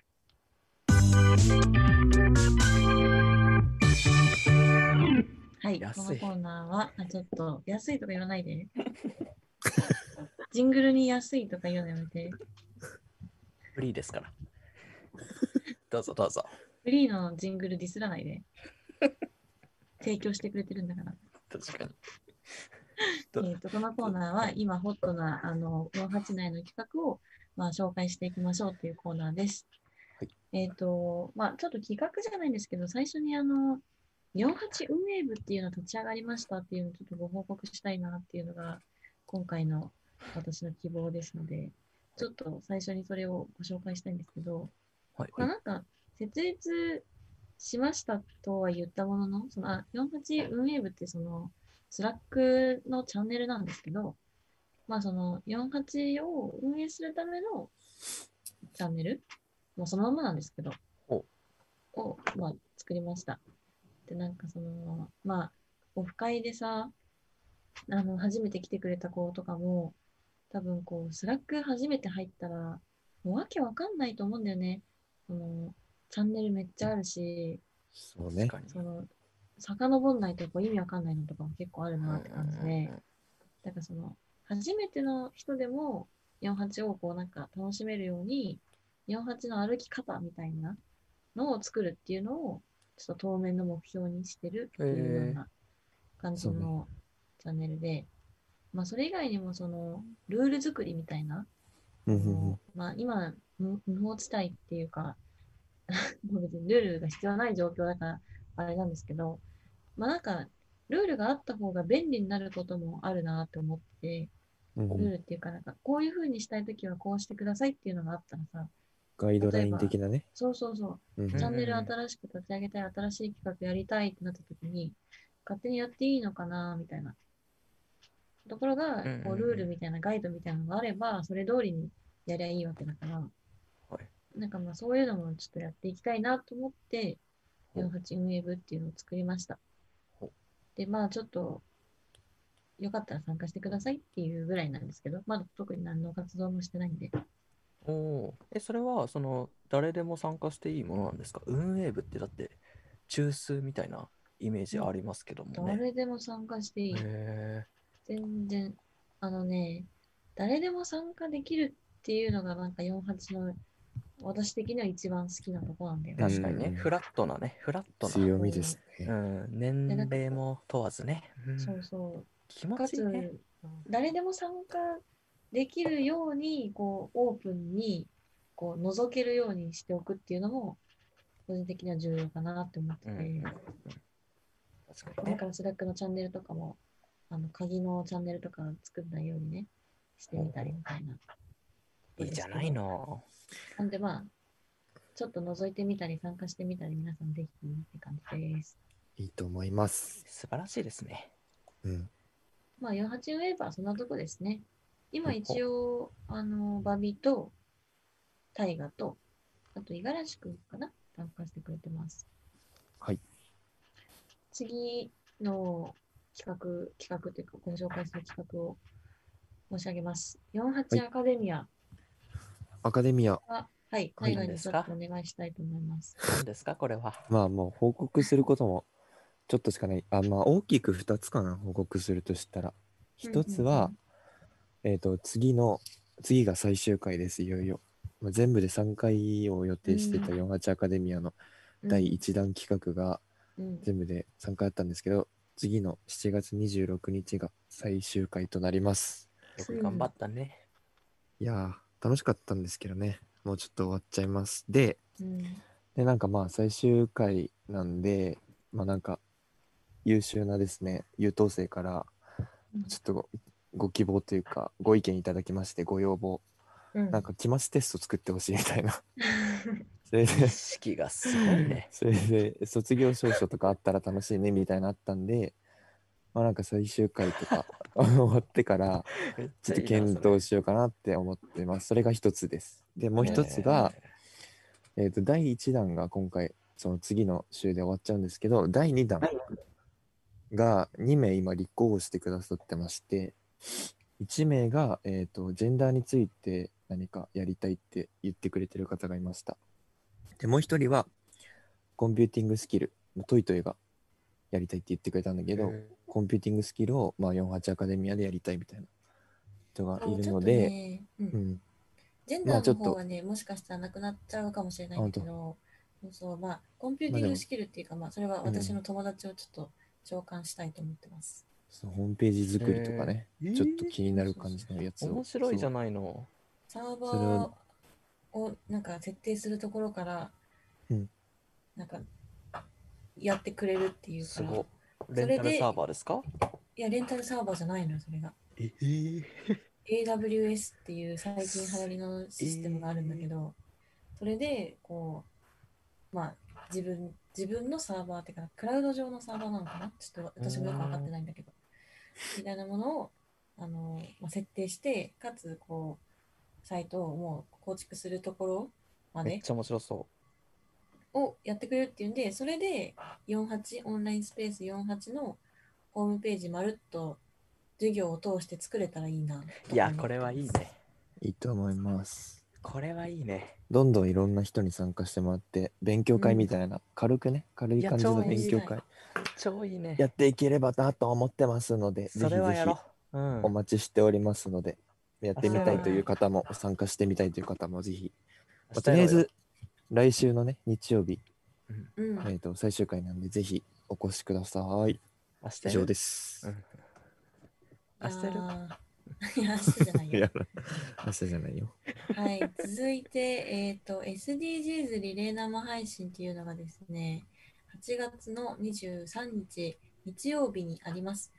Speaker 2: はい、この
Speaker 1: 安い
Speaker 2: コーナーは、あ、ちょっと、安いとか言わないで。ジングルに安いとか言うのやめて。
Speaker 1: フリーですから。 どうぞどうぞ。
Speaker 2: フリーのジングルディスらないで。提供してくれてるんだから。
Speaker 1: 確かに。
Speaker 2: え
Speaker 1: ど
Speaker 2: ー、とこのコーナーは今ホットなあの48内の企画を、まあ、紹介していきましょうというコーナーです。
Speaker 1: はい
Speaker 2: えっ、と、まあ、ちょっと企画じゃないんですけど、最初にあの48運営部っていうの立ち上がりましたっていうのをちょっとご報告したいなっていうのが今回の私の希望ですので、ちょっと最初にそれをご紹介したいんですけど、
Speaker 1: はい、
Speaker 2: まあ、
Speaker 1: はい。
Speaker 2: なんか、設立しましたとは言ったものの、そのあ48運営部ってその、スラックのチャンネルなんですけど、まあその48を運営するためのチャンネル、もうそのままなんですけど、
Speaker 1: お
Speaker 2: を、まあ、作りました。で、なんかその、まあ、オフ会でさ、あの、初めて来てくれた子とかも、多分こう、スラック初めて入ったら、もうわけわかんないと思うんだよね。その、チャンネルめっちゃあるし、
Speaker 3: そうね。
Speaker 1: 確
Speaker 2: そ
Speaker 1: かに
Speaker 2: の、遡んないとこう意味わかんないのとかも結構あるなって感じ
Speaker 1: うんうんうん
Speaker 2: で、だからその、初めての人でも48をこうなんか楽しめるように、48の歩き方みたいなのを作るっていうのを、ちょっと当面の目標にしてるっていうような感じ
Speaker 3: そう
Speaker 2: のチャンネルで、まあそれ以外にもその、ルール作りみたいな、
Speaker 3: う
Speaker 2: あ
Speaker 3: んうんうん
Speaker 2: のまあ、今、無無法地帯っていうか、 もう別にルールが必要ない状況だから、あれなんですけど、まあなんか、ルールがあった方が便利になることもあるなって思って、
Speaker 3: うんう
Speaker 2: ルー
Speaker 3: ん
Speaker 2: ルっていうか、なんか、こういう風にしたいときはこうしてくださいっていうのがあったらさ、
Speaker 3: ガイドライン的なね。
Speaker 2: そうそうそう、
Speaker 3: うん
Speaker 2: チャンネル
Speaker 1: うんうん
Speaker 2: 新しく立ち上げたい、新しい企画やりたいってなったときに、勝手にやっていいのかなみたいな。ところが
Speaker 1: うんうん、
Speaker 2: こうルールみたいなガイドみたいなのがあれば、それ通りにやりゃいいわけだから、
Speaker 1: はい
Speaker 2: なんかまあそういうのもちょっとやっていきたいなと思って、
Speaker 1: ほう
Speaker 2: 48運営部っていうのを作りました
Speaker 1: ほう。
Speaker 2: で、まあちょっと、よかったら参加してくださいっていうぐらいなんですけど、まだ特に何の活動もしてないんで。
Speaker 1: おおー。え、それは、その、誰でも参加していいものなんですか運営部ってだって、中枢みたいなイメージありますけどもね。
Speaker 2: 誰でも参加していい。
Speaker 1: へ
Speaker 2: 全然、あのね、誰でも参加できるっていうのがなんか48の私的には一番好きなとこなんだよ
Speaker 1: ー
Speaker 2: ね。
Speaker 1: 確かに
Speaker 3: うん
Speaker 1: ね、フラットなね、フラットな。
Speaker 3: 強みです
Speaker 1: う
Speaker 3: ね。
Speaker 1: ん、年齢も問わずね。うん
Speaker 2: そうそ
Speaker 1: 気
Speaker 2: う。
Speaker 1: 持
Speaker 2: か
Speaker 1: ちいいね。
Speaker 2: つ、誰でも参加できるように、こう、オープンに、こう、覗けるようにしておくっていうのも、個人的には重要かなって思って
Speaker 1: う
Speaker 2: て、
Speaker 1: んうん確かに
Speaker 2: だ
Speaker 1: ね
Speaker 2: か。らスラックのチャンネルとかも、あの、鍵のチャンネルとか作んないようにね、してみたりみたいな。
Speaker 1: いいじゃないの。
Speaker 2: なんでまあ、ちょっと覗いてみたり参加してみたり皆さんぜひって感じです。
Speaker 3: いいと思います。
Speaker 1: 素晴らしいです ね。
Speaker 3: うん。
Speaker 2: まあ、48ウェーバーそんなとこですね。今一応、あの、バビと、タイガと、あと、五十嵐くんかな参加してくれてます。
Speaker 3: はい。
Speaker 2: 次の企画、企画というか、ご紹介する企画を申し上げます。48アカデミア
Speaker 3: アカデミア、
Speaker 2: は、はい、
Speaker 1: はい
Speaker 2: 海外にちょっとお願いしたいと思います。
Speaker 1: 何ですか、これは。
Speaker 3: まあもう報告することもちょっとしかない。あ、まあ大きく2つかな、報告するとしたら。1つは、えっと、次の、次が最終回です、いよいよ。まあ、全部で3回を予定してた48アカデミアの
Speaker 2: うん
Speaker 3: 第、1弾企画が
Speaker 2: うん
Speaker 3: 全部で3回あったんですけど、次の7月26日が最終回となります。
Speaker 1: よく頑張ったね。
Speaker 3: いやー、楽しかったんですけどね。もうちょっと終わっちゃいます。で、
Speaker 2: うん
Speaker 3: で、なんかまあ最終回なんで、まあなんか優秀なですね、優等生から
Speaker 2: うん、
Speaker 3: ちょっとごご希望というか、ご意見いただきまして、ご要望、
Speaker 2: うん
Speaker 3: なんか期末テスト作ってほしいみたいな、 それ
Speaker 1: 意
Speaker 3: で、
Speaker 1: 識がすごい ね。
Speaker 3: それで、卒業証書とかあったら楽しいねみたいなのあったんで、まあなんか最終回 とか終わってから、
Speaker 1: めっ
Speaker 3: ちょっと
Speaker 1: いいな
Speaker 3: 検討しようかなって思ってます。それが一つです。で、もう一つが、、えっ、と、第1弾が今回、その次の週で終わっちゃうんですけど、第2弾が2名今立候補してくださってまして、1名が、えっ、と、ジェンダーについて何かやりたいって言ってくれてる方がいました。で、もう一人は、コンピューティングスキル、トイトイがやりたいって言ってくれたんだけど、コンピューティングスキルを、まあ、48アカデミアでやりたいみたいな人がいるので、
Speaker 2: あのちょっとねう
Speaker 3: うんん、
Speaker 2: ジェン
Speaker 3: ま
Speaker 2: ダ
Speaker 3: あちょ
Speaker 2: ー
Speaker 3: っ
Speaker 2: の
Speaker 3: と
Speaker 2: 方はね、もしかしたらなくなっちゃうかもしれないけど、そうそう、まあ、コンピューティングスキルっていうか、まあ、それは私の友達をちょっと召喚したいと思ってます。
Speaker 3: そのホームページ作りとかね、
Speaker 1: えー
Speaker 3: ちょっと気になる感じのやつを。
Speaker 1: 面白いじゃ
Speaker 3: ん。
Speaker 1: ないの。
Speaker 2: サー
Speaker 3: それ
Speaker 2: バ
Speaker 3: は
Speaker 2: ーをなんか設定するところから、
Speaker 3: うん
Speaker 2: なんかやってくれるっていう
Speaker 1: す
Speaker 2: から、
Speaker 1: ごい
Speaker 2: い。
Speaker 1: レンタルサーバーですか
Speaker 2: や、レンタルサーバーじゃないのよ、それが。
Speaker 1: え
Speaker 2: AWS っていう最近流行りのシステムがあるんだけど、それでこうまあ自分自分のサーバーっていうかクラウド上のサーバーなのかなちょっと私もよく分かってないんだけどみたいなものをあの、まあ、設定してかつこうサイトをもう構築するところま
Speaker 1: めっ
Speaker 2: で
Speaker 1: ちゃ面白そ
Speaker 2: をやってくれるっていうんでそれで48オンラインスペース48のホームページまるっと授業を通して作れたらいいなと思ってます。
Speaker 1: う。いや、これはいいね。
Speaker 3: いいと思います。
Speaker 1: これはいいね。
Speaker 3: どんどんいろんな人に参加してもらって、勉強会みたいな、軽くね、軽い感じの
Speaker 1: いや超い
Speaker 3: 勉
Speaker 1: い
Speaker 3: 強会
Speaker 1: 超いいね。
Speaker 3: やっていければなと思ってますので、
Speaker 1: それはや
Speaker 3: ぜひ
Speaker 1: ろ
Speaker 3: ぜ
Speaker 1: う。うん
Speaker 3: ひお。待ちしておりますので、やってみたいという
Speaker 2: あ
Speaker 3: 方も、参加してみたいという方もぜひ、
Speaker 1: 明
Speaker 3: まあ
Speaker 1: 日
Speaker 3: と
Speaker 1: や
Speaker 3: り
Speaker 1: ろ
Speaker 3: あ
Speaker 1: うよ
Speaker 3: えず、来週のね、日曜日、
Speaker 2: うん、
Speaker 3: えーと最終回なんで、ぜひお越しください。
Speaker 1: 明日
Speaker 3: 以
Speaker 1: や
Speaker 3: 上
Speaker 1: る
Speaker 3: です。
Speaker 1: うん明日やる
Speaker 2: いや、明日じゃない
Speaker 3: いや
Speaker 2: よ。、
Speaker 3: 明日じゃないよ。
Speaker 2: はい、続いて、えっ、と、SDGs リレー生配信っていうのがですね、8月の23日、日曜日にあります。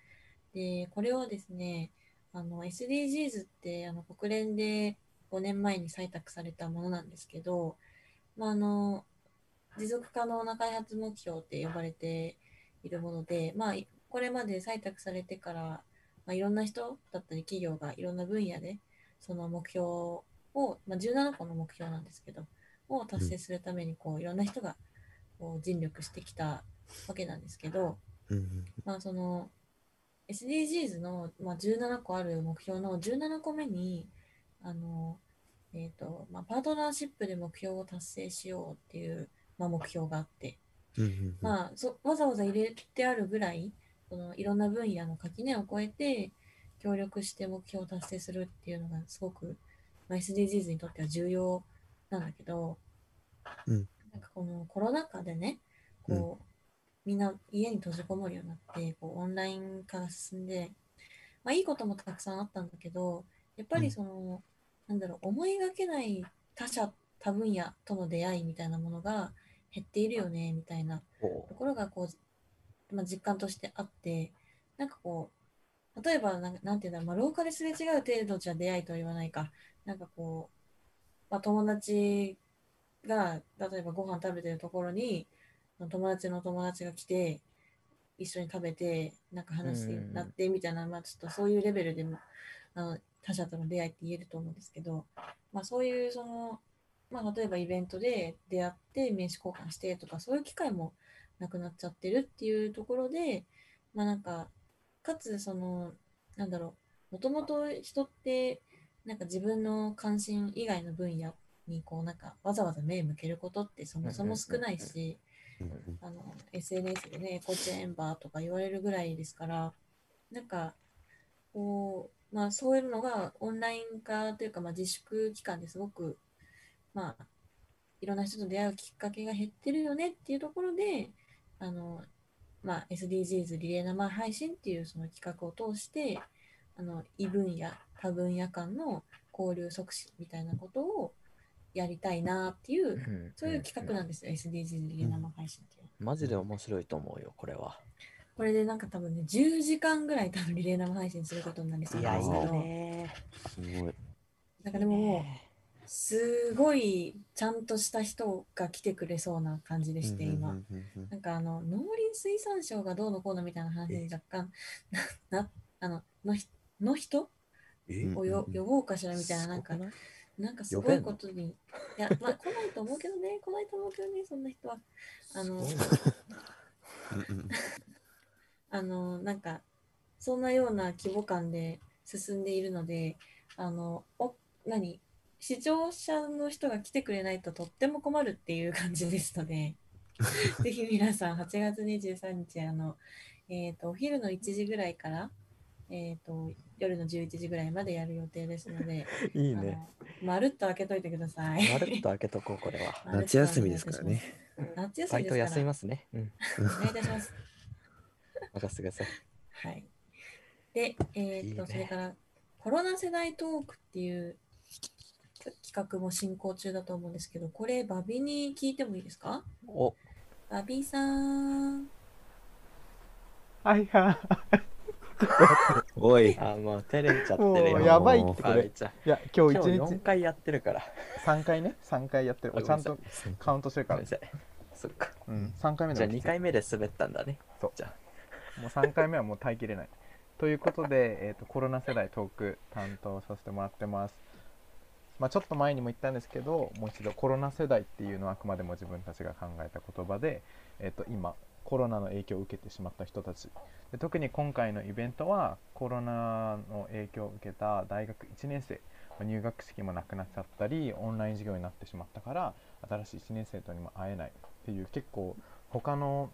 Speaker 2: で、これはですね、あの、SDGs ってあの国連で5年前に採択されたものなんですけど、まあ、あの、持続可能な開発目標って呼ばれているもので、まあ、いこれまで採択されてから、まあ、いろんな人だったり企業がいろんな分野でその目標を、まあ、17個の目標なんですけどを達成するためにこういろんな人がこう尽力してきたわけなんですけど、
Speaker 3: うんうん
Speaker 2: まあ、その SDGs の、まあ、17個ある目標の17個目にあの、えーとまあ、パートナーシップで目標を達成しようっていう、まあ、目標があって
Speaker 3: うんうんうん
Speaker 2: まあ、そわざわざ入れてあるぐらいそのいろんな分野の垣根を越えて協力して目標を達成するっていうのがすごく、まあ、SDGs にとっては重要なんだけど、
Speaker 3: うん
Speaker 2: なんかこのコロナ禍でねこう、みんな家に閉じこもるようになってこうオンライン化が進んで、まあ、いいこともたくさんあったんだけどやっぱりその、なんだろう思いがけない他者他分野との出会いみたいなものが減っているよねみたいな
Speaker 1: お
Speaker 2: ところがこう、まあ、実感としてあってなんかこう例えばなんなんていうんだろう、まあ、廊下ですれ違う程度じゃ出会いとは言わないかなんかこう、まあ、友達が例えばご飯食べてるところに友達の友達が来て一緒に食べてなんか話になってみたいな、まあ、ちょっとそういうレベルでもあの他者との出会いって言えると思うんですけど、まあ、そういうその、まあ、例えばイベントで出会って名刺交換してとかそういう機会もなくなっちゃってるっていうところで、まあなんか、かつその、なんだろう、もともと人って、なんか自分の関心以外の分野にこうなんかわざわざ目向けることってそもそも少ないし、あの SNS でね、エコチェンバーとか言われるぐらいですから、なんか、こう、まあそういうのがオンライン化というか、まあ、自粛期間ですごく、まあ、いろんな人と出会うきっかけが減ってるよねっていうところで、あの、まあ、SDGs リレー生配信っていうその企画を通して、あの、異分野、多分野間の交流促進みたいなことをやりたいなっていうう、
Speaker 1: ん
Speaker 2: そういう企画なんですよ、SDGs リレー生配信っていうのは。
Speaker 1: マジで面白いと思うよ、これは。
Speaker 2: これでなんか多分ね、10時間ぐらい多分リレー生配信することになりそうなんですけど、
Speaker 1: ね。
Speaker 3: すごい。
Speaker 2: なんかでももう、すごいちゃんとした人が来てくれそうな感じでして、今。
Speaker 3: うんうんうんうん
Speaker 2: なんかあの農林水産省がどうのこうのみたいな話に若干 ななあののひの人
Speaker 3: え
Speaker 2: をよ
Speaker 3: うん
Speaker 2: 呼ぼうかしらみたいななんか
Speaker 3: そこ
Speaker 2: なんかすごいことにいやまあ来ないと思うけどね来ないと思うけどねそんな人はあの
Speaker 3: うんうん
Speaker 2: あのなんかそんなような規模感で進んでいるのであのお何視聴者の人が来てくれないととっても困るっていう感じですの でぜひ皆さん8月23日あの、えー、とお昼の1時ぐらいから、えー、と夜の11時ぐらいまでやる予定ですので
Speaker 1: い
Speaker 2: い
Speaker 1: いね。
Speaker 2: まるっと開けといてください。
Speaker 1: まるっと開けとこう、これ は。
Speaker 3: 夏休みですからね。
Speaker 2: 夏休
Speaker 1: バイ
Speaker 2: みで
Speaker 1: ト
Speaker 2: す
Speaker 1: 休
Speaker 2: か
Speaker 1: み
Speaker 2: ら。
Speaker 1: ますね。うん。
Speaker 2: お願いいたします。
Speaker 1: 任せてください。
Speaker 2: はい。で、えーっ
Speaker 1: いい
Speaker 2: と、
Speaker 1: ね
Speaker 2: それから、コロナ世代トークっていう企画も進行中だと思うんですけど、これ、バビに聞いてもいいですか
Speaker 1: お、
Speaker 2: バビさん。
Speaker 5: はいは
Speaker 3: おい。
Speaker 1: あ、もう照れちゃって
Speaker 5: も
Speaker 1: るよ。
Speaker 5: うやばいってこ
Speaker 1: バビ
Speaker 5: れ
Speaker 1: ちゃん。
Speaker 5: いや今日
Speaker 1: 今日
Speaker 5: 1日
Speaker 1: 4回やってるから。
Speaker 5: 3回ね3回やってるおちゃんとカウントしてる
Speaker 1: ご
Speaker 5: か
Speaker 1: めん
Speaker 5: ら
Speaker 1: な、さい。そっか。
Speaker 5: うん、3回目
Speaker 1: じゃ
Speaker 5: だ
Speaker 1: あ2回目で滑ったんだね。
Speaker 5: もう3回目はもう耐えきれないということで、えー、とコロナ世代トーク担当させてもらってます、まあ、ちょっと前にも言ったんですけどもう一度コロナ世代っていうのはあくまでも自分たちが考えた言葉で、えー、と今コロナの影響を受けてしまった人たちで特に今回のイベントはコロナの影響を受けた大学1年生まあ入学式もなくなっちゃったりオンライン授業になってしまったから新しい1年生とにも会えないっていう結構他の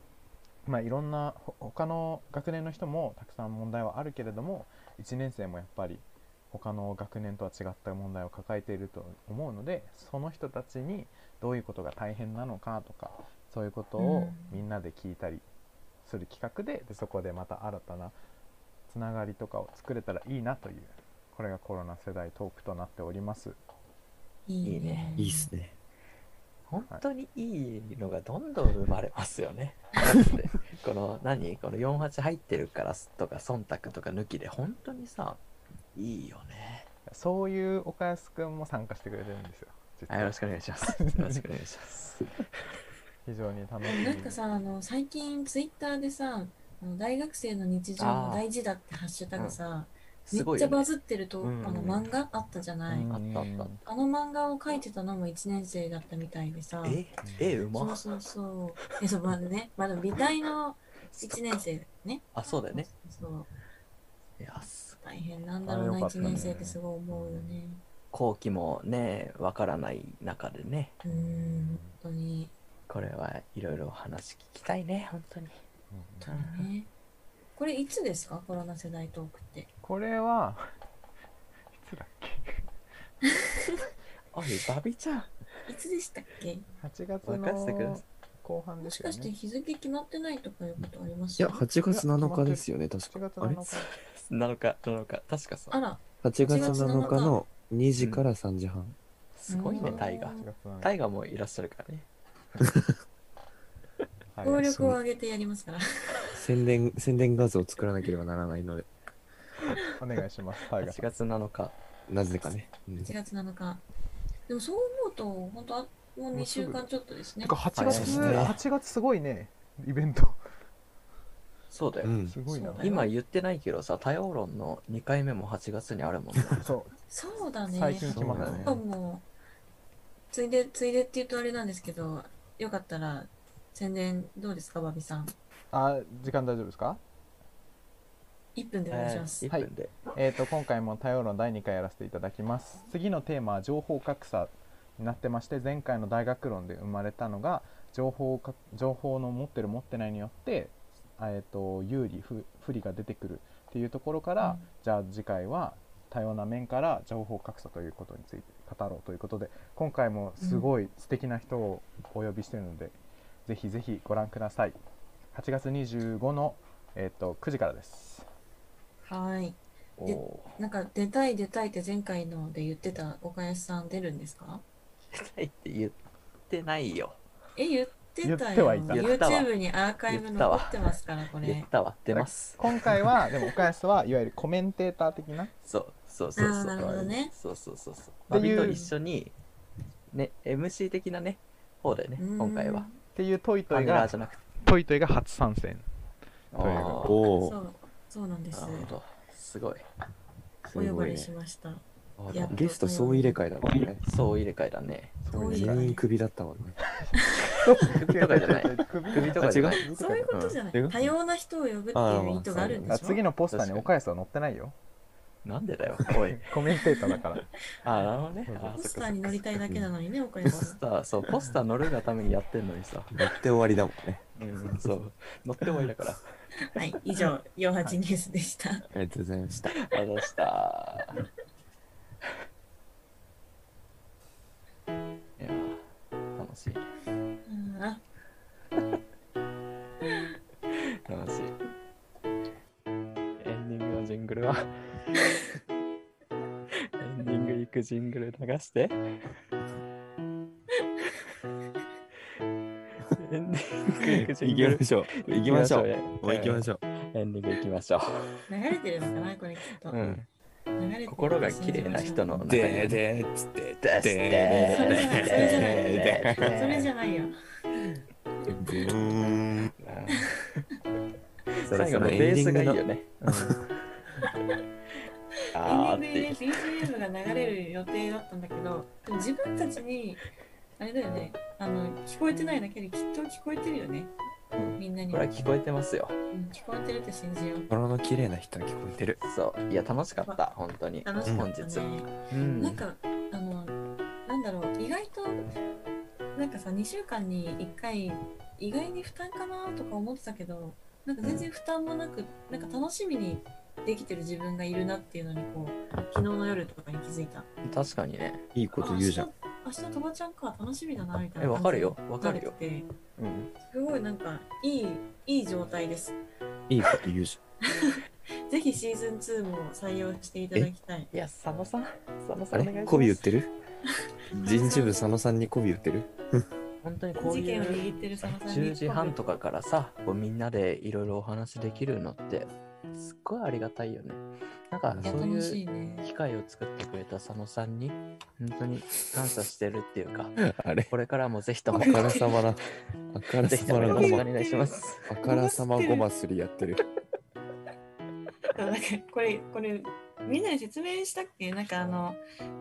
Speaker 5: まあ、いろんなほ他の学年の人もたくさん問題はあるけれども1年生もやっぱり他の学年とは違った問題を抱えていると思うのでその人たちにどういうことが大変なのかとかそういうことをみんなで聞いたりする企画ででそこでまた新たなつながりとかを作れたらいいなというこれがコロナ世代トークとなっております。
Speaker 2: い
Speaker 1: いいね
Speaker 3: いいっすね。
Speaker 1: 本当にいいのがどんどん生まれますよ ね。この何この48入ってるからとか忖度とか抜きで本当にさいいよね。
Speaker 5: そういう岡安くんも参加してくれてるんですよ。実
Speaker 1: あ
Speaker 5: は
Speaker 1: よろしくお願いします。よろしくお願いし ます。
Speaker 5: 非常に楽し
Speaker 2: なん
Speaker 5: み
Speaker 2: かさ、あの、最近、ツイッターでさ、あの大学生の日常が大事だってハッシュタグさ、め
Speaker 1: すご
Speaker 2: っ
Speaker 1: い
Speaker 2: ちゃ
Speaker 1: よ、ね。
Speaker 2: バズってると、
Speaker 1: うん
Speaker 2: あの漫画あったじゃない。
Speaker 5: うん
Speaker 1: あったあったあった。
Speaker 2: あの漫画を描いてたのも1年生だったみたいでさ。
Speaker 1: ええう
Speaker 2: そ
Speaker 1: ま
Speaker 2: う。そうそう。え、そう、まあね、まだ美 大の1年生だよね。
Speaker 1: あそうだよね。
Speaker 2: そうそう
Speaker 1: いやす
Speaker 2: 大変なんだろう
Speaker 5: あ
Speaker 2: な、
Speaker 5: よかった
Speaker 2: 1
Speaker 5: ね
Speaker 2: 年生ってすごい思うよね。
Speaker 1: 後期もねわからない中でね
Speaker 2: うーん、本当に。
Speaker 1: これはいろいろ話聞きたいね本当に。
Speaker 2: 本当にね。これいつですかコロナ世代トークって。
Speaker 5: これはいつだっけ
Speaker 1: おいバビちゃん
Speaker 2: いつでしたっけ
Speaker 5: 8月
Speaker 1: 任せてくださ
Speaker 5: の
Speaker 1: い。
Speaker 5: 後半で
Speaker 2: も
Speaker 5: す
Speaker 2: し
Speaker 5: よ
Speaker 2: かして
Speaker 5: ね
Speaker 2: 日付決まってないとかいうことあります
Speaker 3: いや、8月7日ですよね、確
Speaker 5: 8
Speaker 3: か。
Speaker 5: 月
Speaker 3: あれ
Speaker 5: 7日
Speaker 1: 7日7日確か
Speaker 2: あ
Speaker 1: さ
Speaker 2: ら、
Speaker 3: 8月7日の2時から3時半。
Speaker 1: すごいね
Speaker 2: うん
Speaker 1: タイガー。
Speaker 5: 8月7
Speaker 1: タイガーもいらっしゃるからね。
Speaker 5: 日
Speaker 2: 効
Speaker 5: はい
Speaker 2: 力を上げてやりますから。
Speaker 3: 宣伝、宣伝画像を作らなければならないので、
Speaker 5: お願いしますタイガ
Speaker 1: 8
Speaker 5: ー
Speaker 1: 月7日。
Speaker 3: なぜかね。うん
Speaker 2: 8月7日。でもそう思うと、本当あもう
Speaker 5: も
Speaker 2: 2
Speaker 5: うす
Speaker 2: 週
Speaker 5: ぐ
Speaker 2: 間ちょっとですね
Speaker 5: て。か
Speaker 1: 早
Speaker 5: 8
Speaker 1: いです
Speaker 5: 月
Speaker 1: ね
Speaker 5: 8月すごいねイベント
Speaker 1: そうだよ
Speaker 3: う。ん。
Speaker 5: すごいな
Speaker 2: そうだよ
Speaker 1: 今言ってないけどさ、多様論の2回目も8月にあるもんね。
Speaker 5: そ
Speaker 2: そうだ
Speaker 5: う
Speaker 2: ね。
Speaker 5: 最近決まった
Speaker 1: そう
Speaker 5: ね
Speaker 1: だ
Speaker 2: なんかもうついでついでって言うとあれなんですけどよかったら宣伝どうですかバビさん
Speaker 5: あ時間大丈夫ですか
Speaker 2: 1分でお願いします、
Speaker 1: 1分で。
Speaker 5: えー、と今回も「多様論」第2回やらせていただきます次のテーマは情報格差になってまして前回の大学論で生まれたのが情報か情報の持ってる持ってないによって、えー、と有利不不利が出てくるっていうところから、
Speaker 2: うん
Speaker 5: じゃあ次回は多様な面から情報格差ということについて語ろうということで今回もすごい素敵な人をお呼びしてるので、ぜひぜひご覧ください8月25の、えー、と9時からです
Speaker 2: はい
Speaker 1: おお
Speaker 2: なんか出たい出たいって前回ので言ってた岡安さん出るんですか
Speaker 1: ー。出たいって言ってないよ。
Speaker 2: え言って
Speaker 5: 言
Speaker 2: た
Speaker 5: って
Speaker 2: よ
Speaker 5: はいた
Speaker 1: 言ったわ
Speaker 2: YouTube にアーカイブ
Speaker 1: 言った
Speaker 2: 残
Speaker 1: わ
Speaker 2: ってますからこ
Speaker 1: 言
Speaker 2: れ
Speaker 1: ったわ。出ます。
Speaker 5: 今回はでも岡安はいわゆるコメンテーター的な
Speaker 1: そうそうそう
Speaker 2: あ
Speaker 1: そ
Speaker 2: ー
Speaker 1: う。
Speaker 2: なるほどね
Speaker 1: そうそうそうそう。
Speaker 5: てい
Speaker 1: バビ
Speaker 5: う
Speaker 1: と一緒にね、MC 的なね、方でね、
Speaker 2: うん
Speaker 1: 今回は。。
Speaker 5: ていうトイト
Speaker 1: パ
Speaker 5: イ
Speaker 1: ネラ
Speaker 5: が
Speaker 1: ーじゃなくて。
Speaker 5: トイトイが初参戦
Speaker 1: あ
Speaker 5: という
Speaker 1: あ
Speaker 3: お
Speaker 2: そ
Speaker 3: お。
Speaker 2: う、そうなんで
Speaker 1: ー、
Speaker 2: す
Speaker 1: な。るほど。すごい。
Speaker 3: す
Speaker 2: お呼ば
Speaker 3: ごい
Speaker 2: れ
Speaker 3: ね。
Speaker 2: しました。
Speaker 1: あ
Speaker 2: いや
Speaker 1: の
Speaker 3: ゲスト総入れ替えだもんね。
Speaker 1: そう入れ替えだね。
Speaker 2: そう入れ替え
Speaker 3: 全員クビだったもんね。
Speaker 1: 首とかじゃない。首とかじゃない。
Speaker 2: そういうことじゃない、
Speaker 3: うん
Speaker 2: 多様な人を呼ぶっていう意図があるんで
Speaker 5: あ
Speaker 2: しょ
Speaker 5: 次のポスターに岡安は載ってないよ
Speaker 1: なんでだよ。おい。
Speaker 5: コメンテーターだ から
Speaker 1: あ、なるほどね。あ、
Speaker 2: ポ
Speaker 1: そっ
Speaker 2: ス
Speaker 1: か
Speaker 2: ター
Speaker 1: そっ
Speaker 2: に乗
Speaker 1: か
Speaker 2: り。たいだけなのにね、お金
Speaker 1: ポ
Speaker 2: さ
Speaker 1: ス
Speaker 2: ん。
Speaker 1: ター、そう、ポスター乗るがためにやってんのにさ。
Speaker 3: やって終わりだもんね。
Speaker 1: うん、そう。乗ってもいいだから。
Speaker 2: はい、以上、48ニュースでした。
Speaker 3: ありがとうございま した。
Speaker 1: ありがとうございました。いやー、楽しい。
Speaker 2: うんあ
Speaker 1: 楽しい。エンディングのジングルはエンディング行くジングル流してエンディング行くジング
Speaker 3: 行き
Speaker 1: ル
Speaker 3: ましょう。行きましょう。もう行
Speaker 1: 行
Speaker 3: き
Speaker 1: き
Speaker 3: ま
Speaker 1: まし
Speaker 3: しょう。
Speaker 1: ょうエンディング行きましょ
Speaker 2: 流れてるのかな、これきっと。
Speaker 1: う、うん、
Speaker 2: 流れてる
Speaker 1: 心が綺麗な人の中に
Speaker 3: ででーっつってでーで
Speaker 2: それじゃない、それじゃない、
Speaker 3: ーで
Speaker 2: それじゃないよ。
Speaker 3: ーブーン。
Speaker 1: 最後のベースがいいよねあーっ
Speaker 2: エンデ
Speaker 1: て
Speaker 2: ィングで BGM が流れる予定だったんだけど、でも自分たちに、あれだよね、あの、聞こえてないだけできっと聞こえてるよね。
Speaker 1: うん
Speaker 2: みんなに
Speaker 1: こ。れは聞こえてますよ
Speaker 2: うん聞こえてるって信じよう。
Speaker 3: 心の綺麗な人は聞こえてる。
Speaker 1: そういや楽しかった本当に
Speaker 2: 楽しか
Speaker 1: 本
Speaker 2: った
Speaker 1: 日
Speaker 2: ね。
Speaker 1: う
Speaker 2: なん
Speaker 1: ん
Speaker 2: かあのなんだろう意外となんかさ2週間に1回意外に負担かなとか思ってたけどなんか全然負担もなく、なんか楽しみにできてる自分がいるなっていうのにこう昨日の夜とかに気づいた。
Speaker 1: 確かにね
Speaker 3: いいこと
Speaker 2: あ
Speaker 3: 言うじゃん。
Speaker 2: 明日明日とばちゃんか楽しみだなみたい
Speaker 1: え
Speaker 2: な
Speaker 1: わ
Speaker 2: 感
Speaker 1: か
Speaker 2: じ
Speaker 1: る
Speaker 2: に
Speaker 1: よわかるよ
Speaker 2: なってて
Speaker 5: うん
Speaker 2: すごいなんかいいいい状態です。
Speaker 3: いいこと言うじ
Speaker 2: ぜひシーズン2も採用していただきたい。
Speaker 1: いや佐野さん佐野
Speaker 3: ゃ
Speaker 1: さ
Speaker 3: ん。
Speaker 1: んお願いし
Speaker 3: あれ
Speaker 1: ます
Speaker 3: 媚び売ってる人事部佐野さんに媚び売ってる
Speaker 1: 本当にこう
Speaker 2: 事
Speaker 1: い
Speaker 2: 件を
Speaker 1: う
Speaker 2: 握ってる佐野さんに
Speaker 1: 10時半とかからさこうみんなでいろいろお話できるのってすっごいありがたいよねなんか
Speaker 2: いや
Speaker 1: そう
Speaker 2: 楽
Speaker 1: い
Speaker 2: しいうね。
Speaker 1: 機会を作ってくれた佐野さんに本当に感謝してるっていうか
Speaker 3: あれ
Speaker 1: これからもぜひと
Speaker 3: あ
Speaker 1: も
Speaker 3: からさまな。あから
Speaker 1: ぜひ
Speaker 3: さ
Speaker 1: と
Speaker 3: ま
Speaker 1: もよ
Speaker 3: なご
Speaker 1: ろしくお
Speaker 3: ま。
Speaker 1: 願いします
Speaker 3: あからさまごますりやってる。
Speaker 2: そうなんかこれこれみんなに説明したっけなんかあの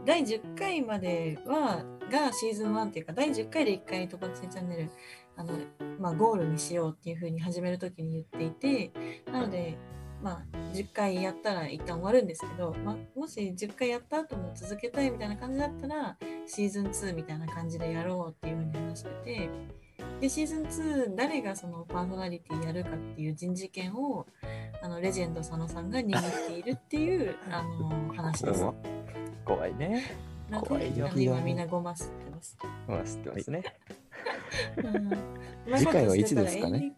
Speaker 2: 第10回まではがシーズン1っていうか第10回で1回「とばくせチャンネル」あの、まあ、ゴールにしようっていう風に始める時に言っていてなので、まあ、10回やったら一旦終わるんですけど、まあ、もし10回やった後も続けたいみたいな感じだったらシーズン2みたいな感じでやろうっていう風に話してて。でシーズン2誰がそのパーソナリティやるかっていう人事権をあのレジェンド佐野さんが握っているっていうあの話です。
Speaker 1: 怖いね
Speaker 2: なの
Speaker 1: 怖
Speaker 2: で
Speaker 1: いよ
Speaker 2: あの今みんなごますってます。
Speaker 1: まあ知ってますね
Speaker 3: 次回はいつですかね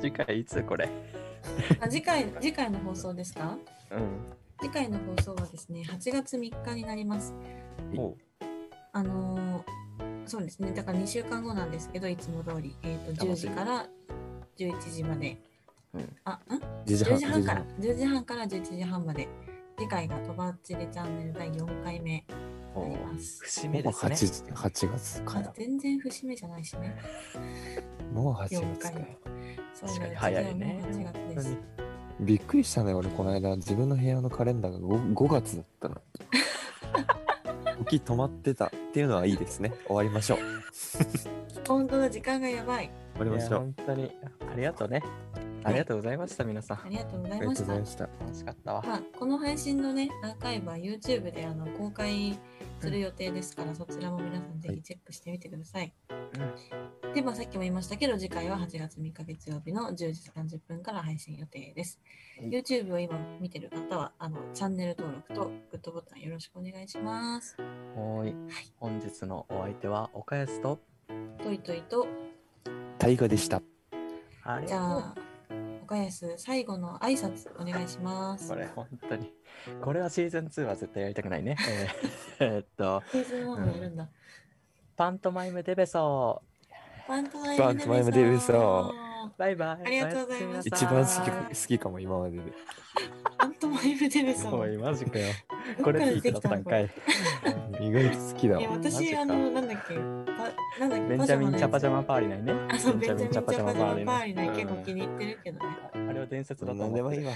Speaker 1: 次回いつこれ
Speaker 2: あ次回次回の放送ですか
Speaker 1: うん
Speaker 2: 次回の放送はですね8月3日になります。
Speaker 1: お
Speaker 2: あのーそうですねだから2週間後なんですけどいつも通り、えー、と10
Speaker 1: 楽し
Speaker 2: 時
Speaker 1: み
Speaker 2: から11時まで。
Speaker 1: うん
Speaker 2: あん
Speaker 3: 10時
Speaker 2: 10
Speaker 3: 半。
Speaker 2: 時半
Speaker 3: 10
Speaker 2: から10時半から11時半まで次回が「とばっちりチャンネル」第4回目になります。
Speaker 1: 節目で
Speaker 3: もう
Speaker 1: すね
Speaker 3: 8、八月か
Speaker 2: まあ
Speaker 3: ら。
Speaker 2: 全然節目じゃないしね。
Speaker 3: もう8月か
Speaker 2: 了
Speaker 3: よ。
Speaker 2: 解そう
Speaker 1: 確か
Speaker 2: なん
Speaker 1: に
Speaker 2: です
Speaker 1: 早いね
Speaker 2: もう8月です。
Speaker 3: びっくりしたね、俺、この間、自分の部屋のカレンダーが 5, 5月だったの。時止まってたっていうのはいいですね。終わりましょう。終
Speaker 2: 本当だ時間がやばい。
Speaker 3: わりま
Speaker 1: い
Speaker 3: し
Speaker 1: や
Speaker 3: ょう。
Speaker 1: 本当にありがとうねありがとうございました皆さ
Speaker 2: あ
Speaker 1: ん
Speaker 2: りがとうござ
Speaker 3: あ
Speaker 2: い
Speaker 3: りが
Speaker 2: ま
Speaker 3: とうご
Speaker 2: した
Speaker 3: ざい。ました。
Speaker 1: 楽しかったわ
Speaker 2: まあ、この配信のねアーカイブは YouTube であの公開する予定ですから、そちらも皆さんぜひチェックしてみてください。で、まあ、さっきも言いましたけど次回は8月3日月曜日の10時30分から配信予定です。YouTube を今見てる方はあのチャンネル登録とグッドボタンよろしくお願いします。
Speaker 1: はーい本日のお相手は岡安と
Speaker 2: といといと
Speaker 3: 大河でした。
Speaker 1: あり
Speaker 2: じ
Speaker 1: がと
Speaker 2: ゃ
Speaker 1: う
Speaker 2: あ岡安最後の挨拶お願いします
Speaker 1: こ。れ本当にこれはシーズン2は絶対やりたく ないねえーえーっと
Speaker 2: シーズン1もやるんだ。
Speaker 1: パントマイムデベソ
Speaker 2: パントマイ
Speaker 3: パントマイムデビューソ
Speaker 2: ー。
Speaker 1: ーバイバイ
Speaker 2: ありがとうございました
Speaker 3: 一番好き
Speaker 1: か
Speaker 3: か好きかも、今までで。
Speaker 2: パントマイムデビューソー。
Speaker 1: おいマジかよ
Speaker 2: どっ
Speaker 1: こ
Speaker 2: から
Speaker 1: れピ
Speaker 2: 出
Speaker 1: ークだ
Speaker 2: てき
Speaker 1: った
Speaker 2: た
Speaker 1: ん
Speaker 2: の
Speaker 1: かい
Speaker 3: びっ意外と好きだ
Speaker 2: え、
Speaker 3: わ。マジ
Speaker 2: 私、
Speaker 3: か
Speaker 2: あの、なんだっけ、パなんだっけ、
Speaker 1: ベンジャミン・チャパジャマ・パー
Speaker 2: リ。
Speaker 1: リナイね。
Speaker 2: あ、そう、ベンジャミン・チャパジャマ・パーリ
Speaker 1: ベンジャミンチャパジャマパーリ
Speaker 2: ね。
Speaker 1: ナイ
Speaker 2: 結構気に入ってるけどね。
Speaker 1: あれは伝説だと
Speaker 3: 何
Speaker 1: 思
Speaker 3: で
Speaker 1: う
Speaker 3: もいいわ。